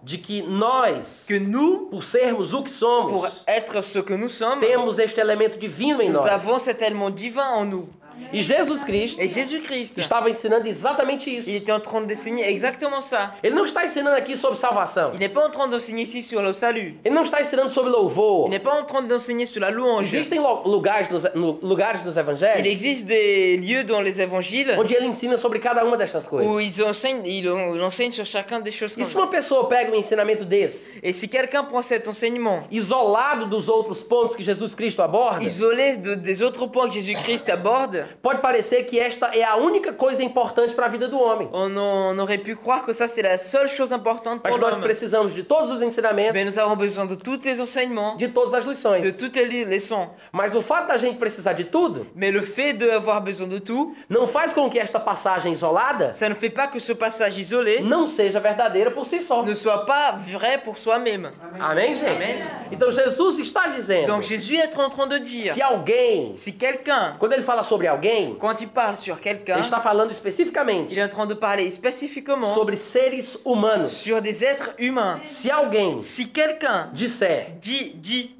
A: de que nós,
B: que nous,
A: por sermos o que
B: pour
A: somos,
B: être ce que nous sommes,
A: temos este elemento divino em
B: nous
A: nós.
B: avons cet élément divin en nous.
A: E Jesus Cristo
B: Et Jésus-Christ,
A: estava ensinando exatamente
B: il
A: isso.
B: était en train d'enseigner exactement ça.
A: Ele não está ensinando aqui sobre salvação.
B: Il n'est pas en train d'enseigner ici sur le salut.
A: Ele não está ensinando sobre
B: Il
A: louvor.
B: n'est pas en train d'enseigner sur la louange.
A: Existem lo- lugares nos, no- lugares nos
B: Il
A: evangelhos
B: existe des lieux dans les évangiles
A: onde ele ensina sobre cada uma destas coisas.
B: où ils enseignent, ils en- ils enseignent sur chacun des choses
A: E
B: comme
A: se
B: ça.
A: uma pessoa pega um ensinamento desse,
B: Et si quelqu'un prend cet enseignement
A: isolado dos outros pontos que Jesus Cristo aborda,
B: isolé de- des autres points que Jésus-Christ aborde,
A: pode parecer que esta é a única coisa importante para a vida do homem.
B: On, en- on aurait pu croire que ça c'est la seule chose importante
A: Mas
B: pour
A: nós
B: l'homme.
A: precisamos de todos os
B: Mais
A: ensinamentos,
B: nous avons besoin de tous les enseignements,
A: de todas as
B: de
A: lições.
B: toutes les li- leçons.
A: Mas o fato da gente precisar de tudo
B: Mais le fait d'avoir besoin de tout,
A: não faz com que esta passagem isolada
B: ça ne fait pas que ce passage isolé
A: não seja verdadeira por si só.
B: ne soit pas vrai pour soi-même.
A: Amém, gente?
B: Amém.
A: Então Jesus está dizendo:
B: Donc Jésus est en train de dire,
A: se alguém,
B: si quelqu'un,
A: quando ele fala sobre alguém,
B: quand il parle sur quelqu'un,
A: ele está falando
B: il est
A: especificamente
B: en train de parler spécifiquement
A: sobre seres humanos.
B: sur des êtres humains.
A: Se alguém
B: Si quelqu'un
A: disser,
B: dit, dit,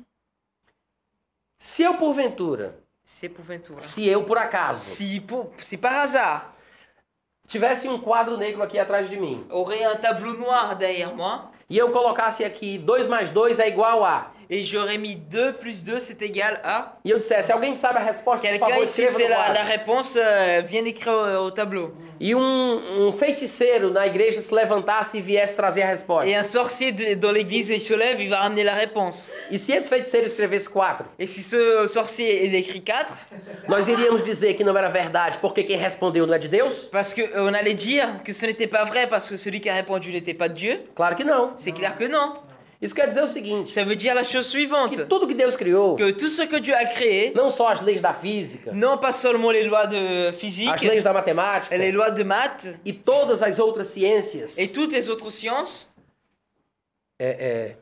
A: se eu porventura,
B: c'est pour Ventura.
A: se eu por acaso,
B: Si, pour- si par hasard,
A: tivesse um quadro negro aqui atrás de mim
B: aurait un tableau noir derrière moi,
A: e eu colocasse aqui 2 mais 2 é igual a.
B: et j'aurais mis 2 plus 2, c'est égal à...
A: E eu dissesse, alguém que sabe a resposta, por
B: Quelqu'un
A: favor,
B: ici,
A: escreva no
B: c'est la, la
A: quadro.
B: réponse, euh, viens l'écrire au, au tableau.
A: E um, um feiticeiro na igreja se levantasse e viesse trazer a
B: Et
A: resposta.
B: un sorcier de- dans l'église, il se lève, il va ramener la réponse.
A: E se esse feiticeiro escrevesse 4,
B: Et si ce sorcier, il écrit 4,
A: nós iríamos dizer que não era verdade porque quem respondeu não é de Deus?
B: parce que euh, on allait dire que ce n'était pas vrai, parce que celui qui a répondu n'était pas Dieu,
A: Claro que não.
B: c'est clair que non.
A: Isso quer dizer o seguinte,
B: Ça veut dire la chose suivante,
A: que tudo que Deus criou,
B: que tout ce que Dieu a créé,
A: não só as leis da física,
B: non pas seulement les lois de
A: as
B: physique,
A: leis da matemática,
B: les lois de maths,
A: e todas as outras ciências.
B: et toutes les autres sciences,
A: É, é.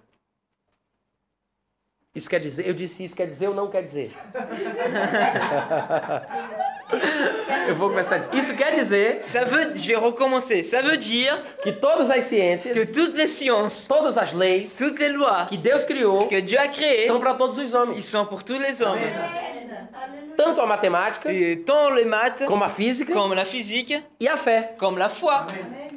A: Isso quer dizer, eu disse isso quer dizer ou não quer dizer? eu vou começar. Isso quer dizer
B: ça veut, je vais recommencer, ça veut dire
A: que todas as
B: que
A: ciências,
B: toutes les sciences,
A: todas as leis
B: toutes les lois
A: que Deus criou
B: que Dieu a créées,
A: são para todos os
B: ils
A: homens,
B: sont pour tous les hommes.
A: tanto a matemática
B: Et tant les maths,
A: como a física
B: comme la physique,
A: e a fé.
B: comme la foi.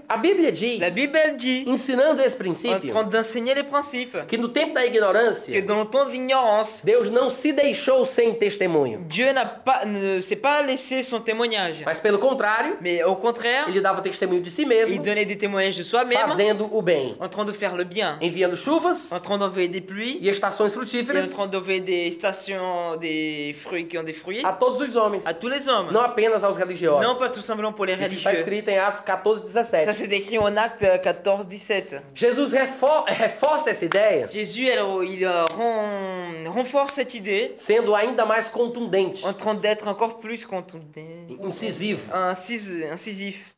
A: A Bíblia diz,
B: La Bible elle dit,
A: ensinando esse
B: en train
A: princípio,
B: d'enseigner les principes,
A: que no tempo da
B: que
A: ignorância
B: dans le temps de l'ignorance,
A: Deus não se deixou sem testemunho,
B: Dieu n'a pas, ne s'est pas laissé son témoignage.
A: mas pelo contrário,
B: Mais au contraire,
A: ele dava testemunho de si
B: il
A: mesmo,
B: donnait des témoignages de soi-même,
A: fazendo o bem.
B: en train de faire le bien,
A: enviando chuvas
B: en train d'envoyer des pluies,
A: e estações
B: et en
A: frutíferas
B: train d'envoyer des stations, des fruits qui ont des fruits,
A: a todos os homens,
B: à tous les hommes.
A: não apenas aos religiosos.
B: Non pas tout simplement pour les
A: Isso está
B: religieux.
A: escrito em Atos 14,
B: Ça
A: 17.
B: c'est décrit en acte euh, 14, 17.
A: Jesus refor- reforça essa ideia,
B: Jésus, alors, il euh, ren- renforce cette idée
A: sendo ainda mais contundente,
B: en train d'être encore plus contondé-
A: incisivo.
B: incis- incisif.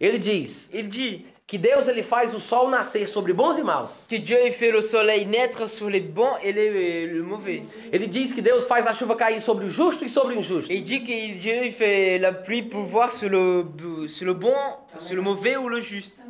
A: Ele diz
B: Il dit
A: que Deus ele faz o sol nascer sobre bons e maus.
B: que Dieu il fait le soleil naître sur les bons et les, euh, le mauvais.
A: Ele diz que Deus faz a chuva cair sobre o justo e sobre o injusto.
B: Et il dit que Dieu il fait la pluie pour voir sur le, sur le bon, sur le mauvais ou le juste.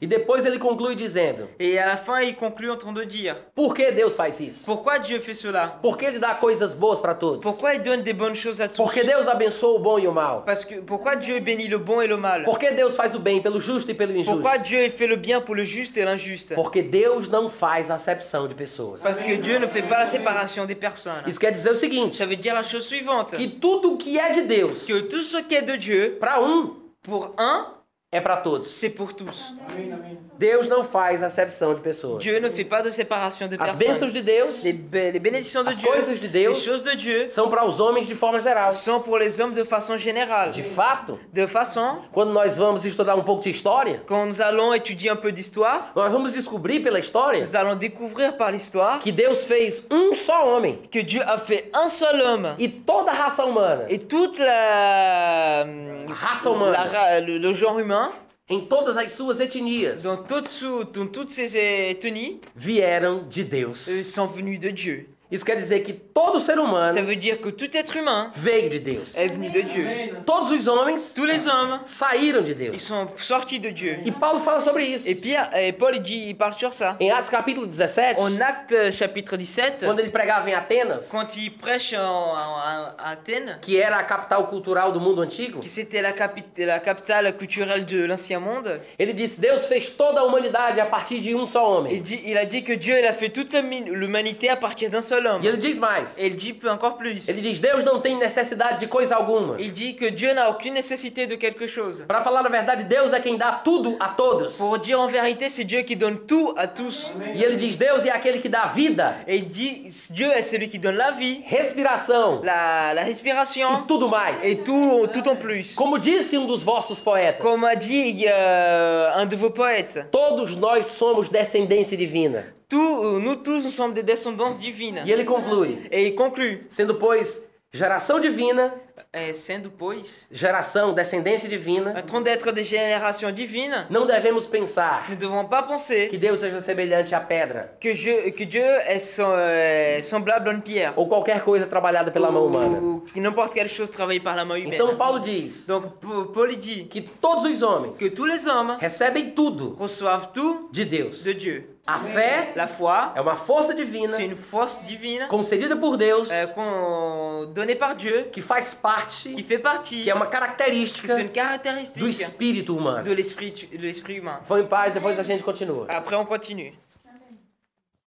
A: E depois ele conclui dizendo:
B: Et à la fin, il conclut en train de dire
A: Por que Deus faz isso?
B: pourquoi Dieu fait cela
A: Por que ele dá coisas boas para todos?
B: Pourquoi il donne des bonnes choses à tous
A: Porque Deus abençoa o bom e o mal.
B: Parce que pourquoi Dieu bénit le bon et le mal
A: Por que Deus faz o bem pelo justo e pelo injusto?
B: Pourquoi Dieu il fait le bien pour le juste et l'injuste
A: Porque Deus não faz acepção de pessoas.
B: Parce que Dieu ne fait pas la séparation des personnes.
A: Isso quer dizer o seguinte:
B: Ça veut dire la chose suivante
A: que tudo que é de Deus,
B: que tout ce qui est de Dieu,
A: para um,
B: pour un,
A: é para todos.
B: c'est pour tous.
C: Amém, amém.
A: Deus não faz acepção de pessoas.
B: Dieu ne fait pas de séparation de
A: As
B: personnes.
A: bênçãos de Deus,
B: Les, bé- les bénédictions de
A: as
B: Dieu,
A: coisas de
B: les
A: Deus,
B: choses de Dieu,
A: são para os homens de forma geral.
B: sont pour les hommes de façon générale.
A: De fato,
B: De façon,
A: quando nós vamos estudar um pouco de história,
B: quand nous allons étudier un peu d'histoire,
A: nós vamos descobrir pela história
B: nous allons découvrir par l'histoire
A: que Deus fez um só homem
B: que Dieu a fait un seul homme
A: e toda a raça humana,
B: et toute la,
A: race humaine.
B: la ra- le, le genre humain,
A: em todas as suas etnias,
B: dans toutes, sous- dans toutes ses ethnies,
A: vieram de Deus.
B: euh, sont venus de Dieu.
A: Isso quer dizer que todo ser humano
B: Ça veut dire que tout être humain
A: veio de Deus.
B: est venu de Dieu.
C: Amém.
A: Todos os homens
B: Tous les hommes,
A: saíram de
B: ils
A: Deus.
B: sont sortis de Dieu.
A: E Paulo fala sobre isso.
B: Et Pierre et Paul il dit, il parle sur ça.
A: Em Atos capítulo 17,
B: En Acte chapitre 17,
A: quando ele pregava em Atenas,
B: quand il prêche en, en- en- à Athènes,
A: que era a capital cultural do mundo antigo,
B: qui c'était la, capit- la capitale culturelle de l'ancien monde,
A: ele disse: Deus fez toda a humanidade a partir de um só
B: il,
A: homem.
B: dit, il a dit que Dieu il a fait toute l'humi- l'humanité à partir d'un seul l'homme.
A: E ele diz mais.
B: Ele dit peu- encore plus.
A: Ele diz: Deus não tem necessidade de coisa alguma.
B: Il dit que Dieu n'a aucune nécessité de quelque chose.
A: Para falar a verdade, Deus é quem dá tudo a todos.
B: Pour dire en vérité, c'est Dieu qui donne tout à tous.
A: E ele diz: Deus é aquele que dá vida,
B: Et il dit, Dieu est celui qui donne la vie,
A: respiração
B: la, la
A: e
B: respiration
A: tudo mais.
B: et tout, tout en plus.
A: Como disse um dos vossos poetas,
B: Comme a dit euh, un de vos poètes,
A: todos nós somos descendência divina.
B: tous, euh, nous tous, nous sommes des descendances divines.
A: E ele conclui:
B: Et il conclut,
A: sendo, pois, geração divina,
B: eh, sendo, pois,
A: geração, descendência divina,
B: train d'être des générations divines,
A: não devemos pensar
B: nous ne devons pas
A: que
B: penser
A: Deus seja semelhante à pedra
B: que, je- que Dieu est sem- euh, semblable à une pierre
A: ou qualquer coisa trabalhada pela mão humana.
B: ou que n'importe quelle chose travaillée par la main humaine.
A: Então, Paulo diz
B: Donc, P- Paul il dit
A: que todos os homens
B: que tous les hommes
A: recebem tudo
B: reçoivent tout
A: de Deus.
B: de Dieu.
A: A fé
B: La foi,
A: é uma força divina
B: c'est une force divine
A: concedida por Deus
B: euh, qu'on- donnée par Dieu,
A: que faz
B: qui
A: parte,
B: fait partie,
A: que é uma
B: que
A: característica
B: c'est une
A: do
B: caractéristique
A: espírito humano.
B: de l'esprit tu- de l'esprit humain.
A: Vão em paz, depois a gente continua.
B: Après, on continue.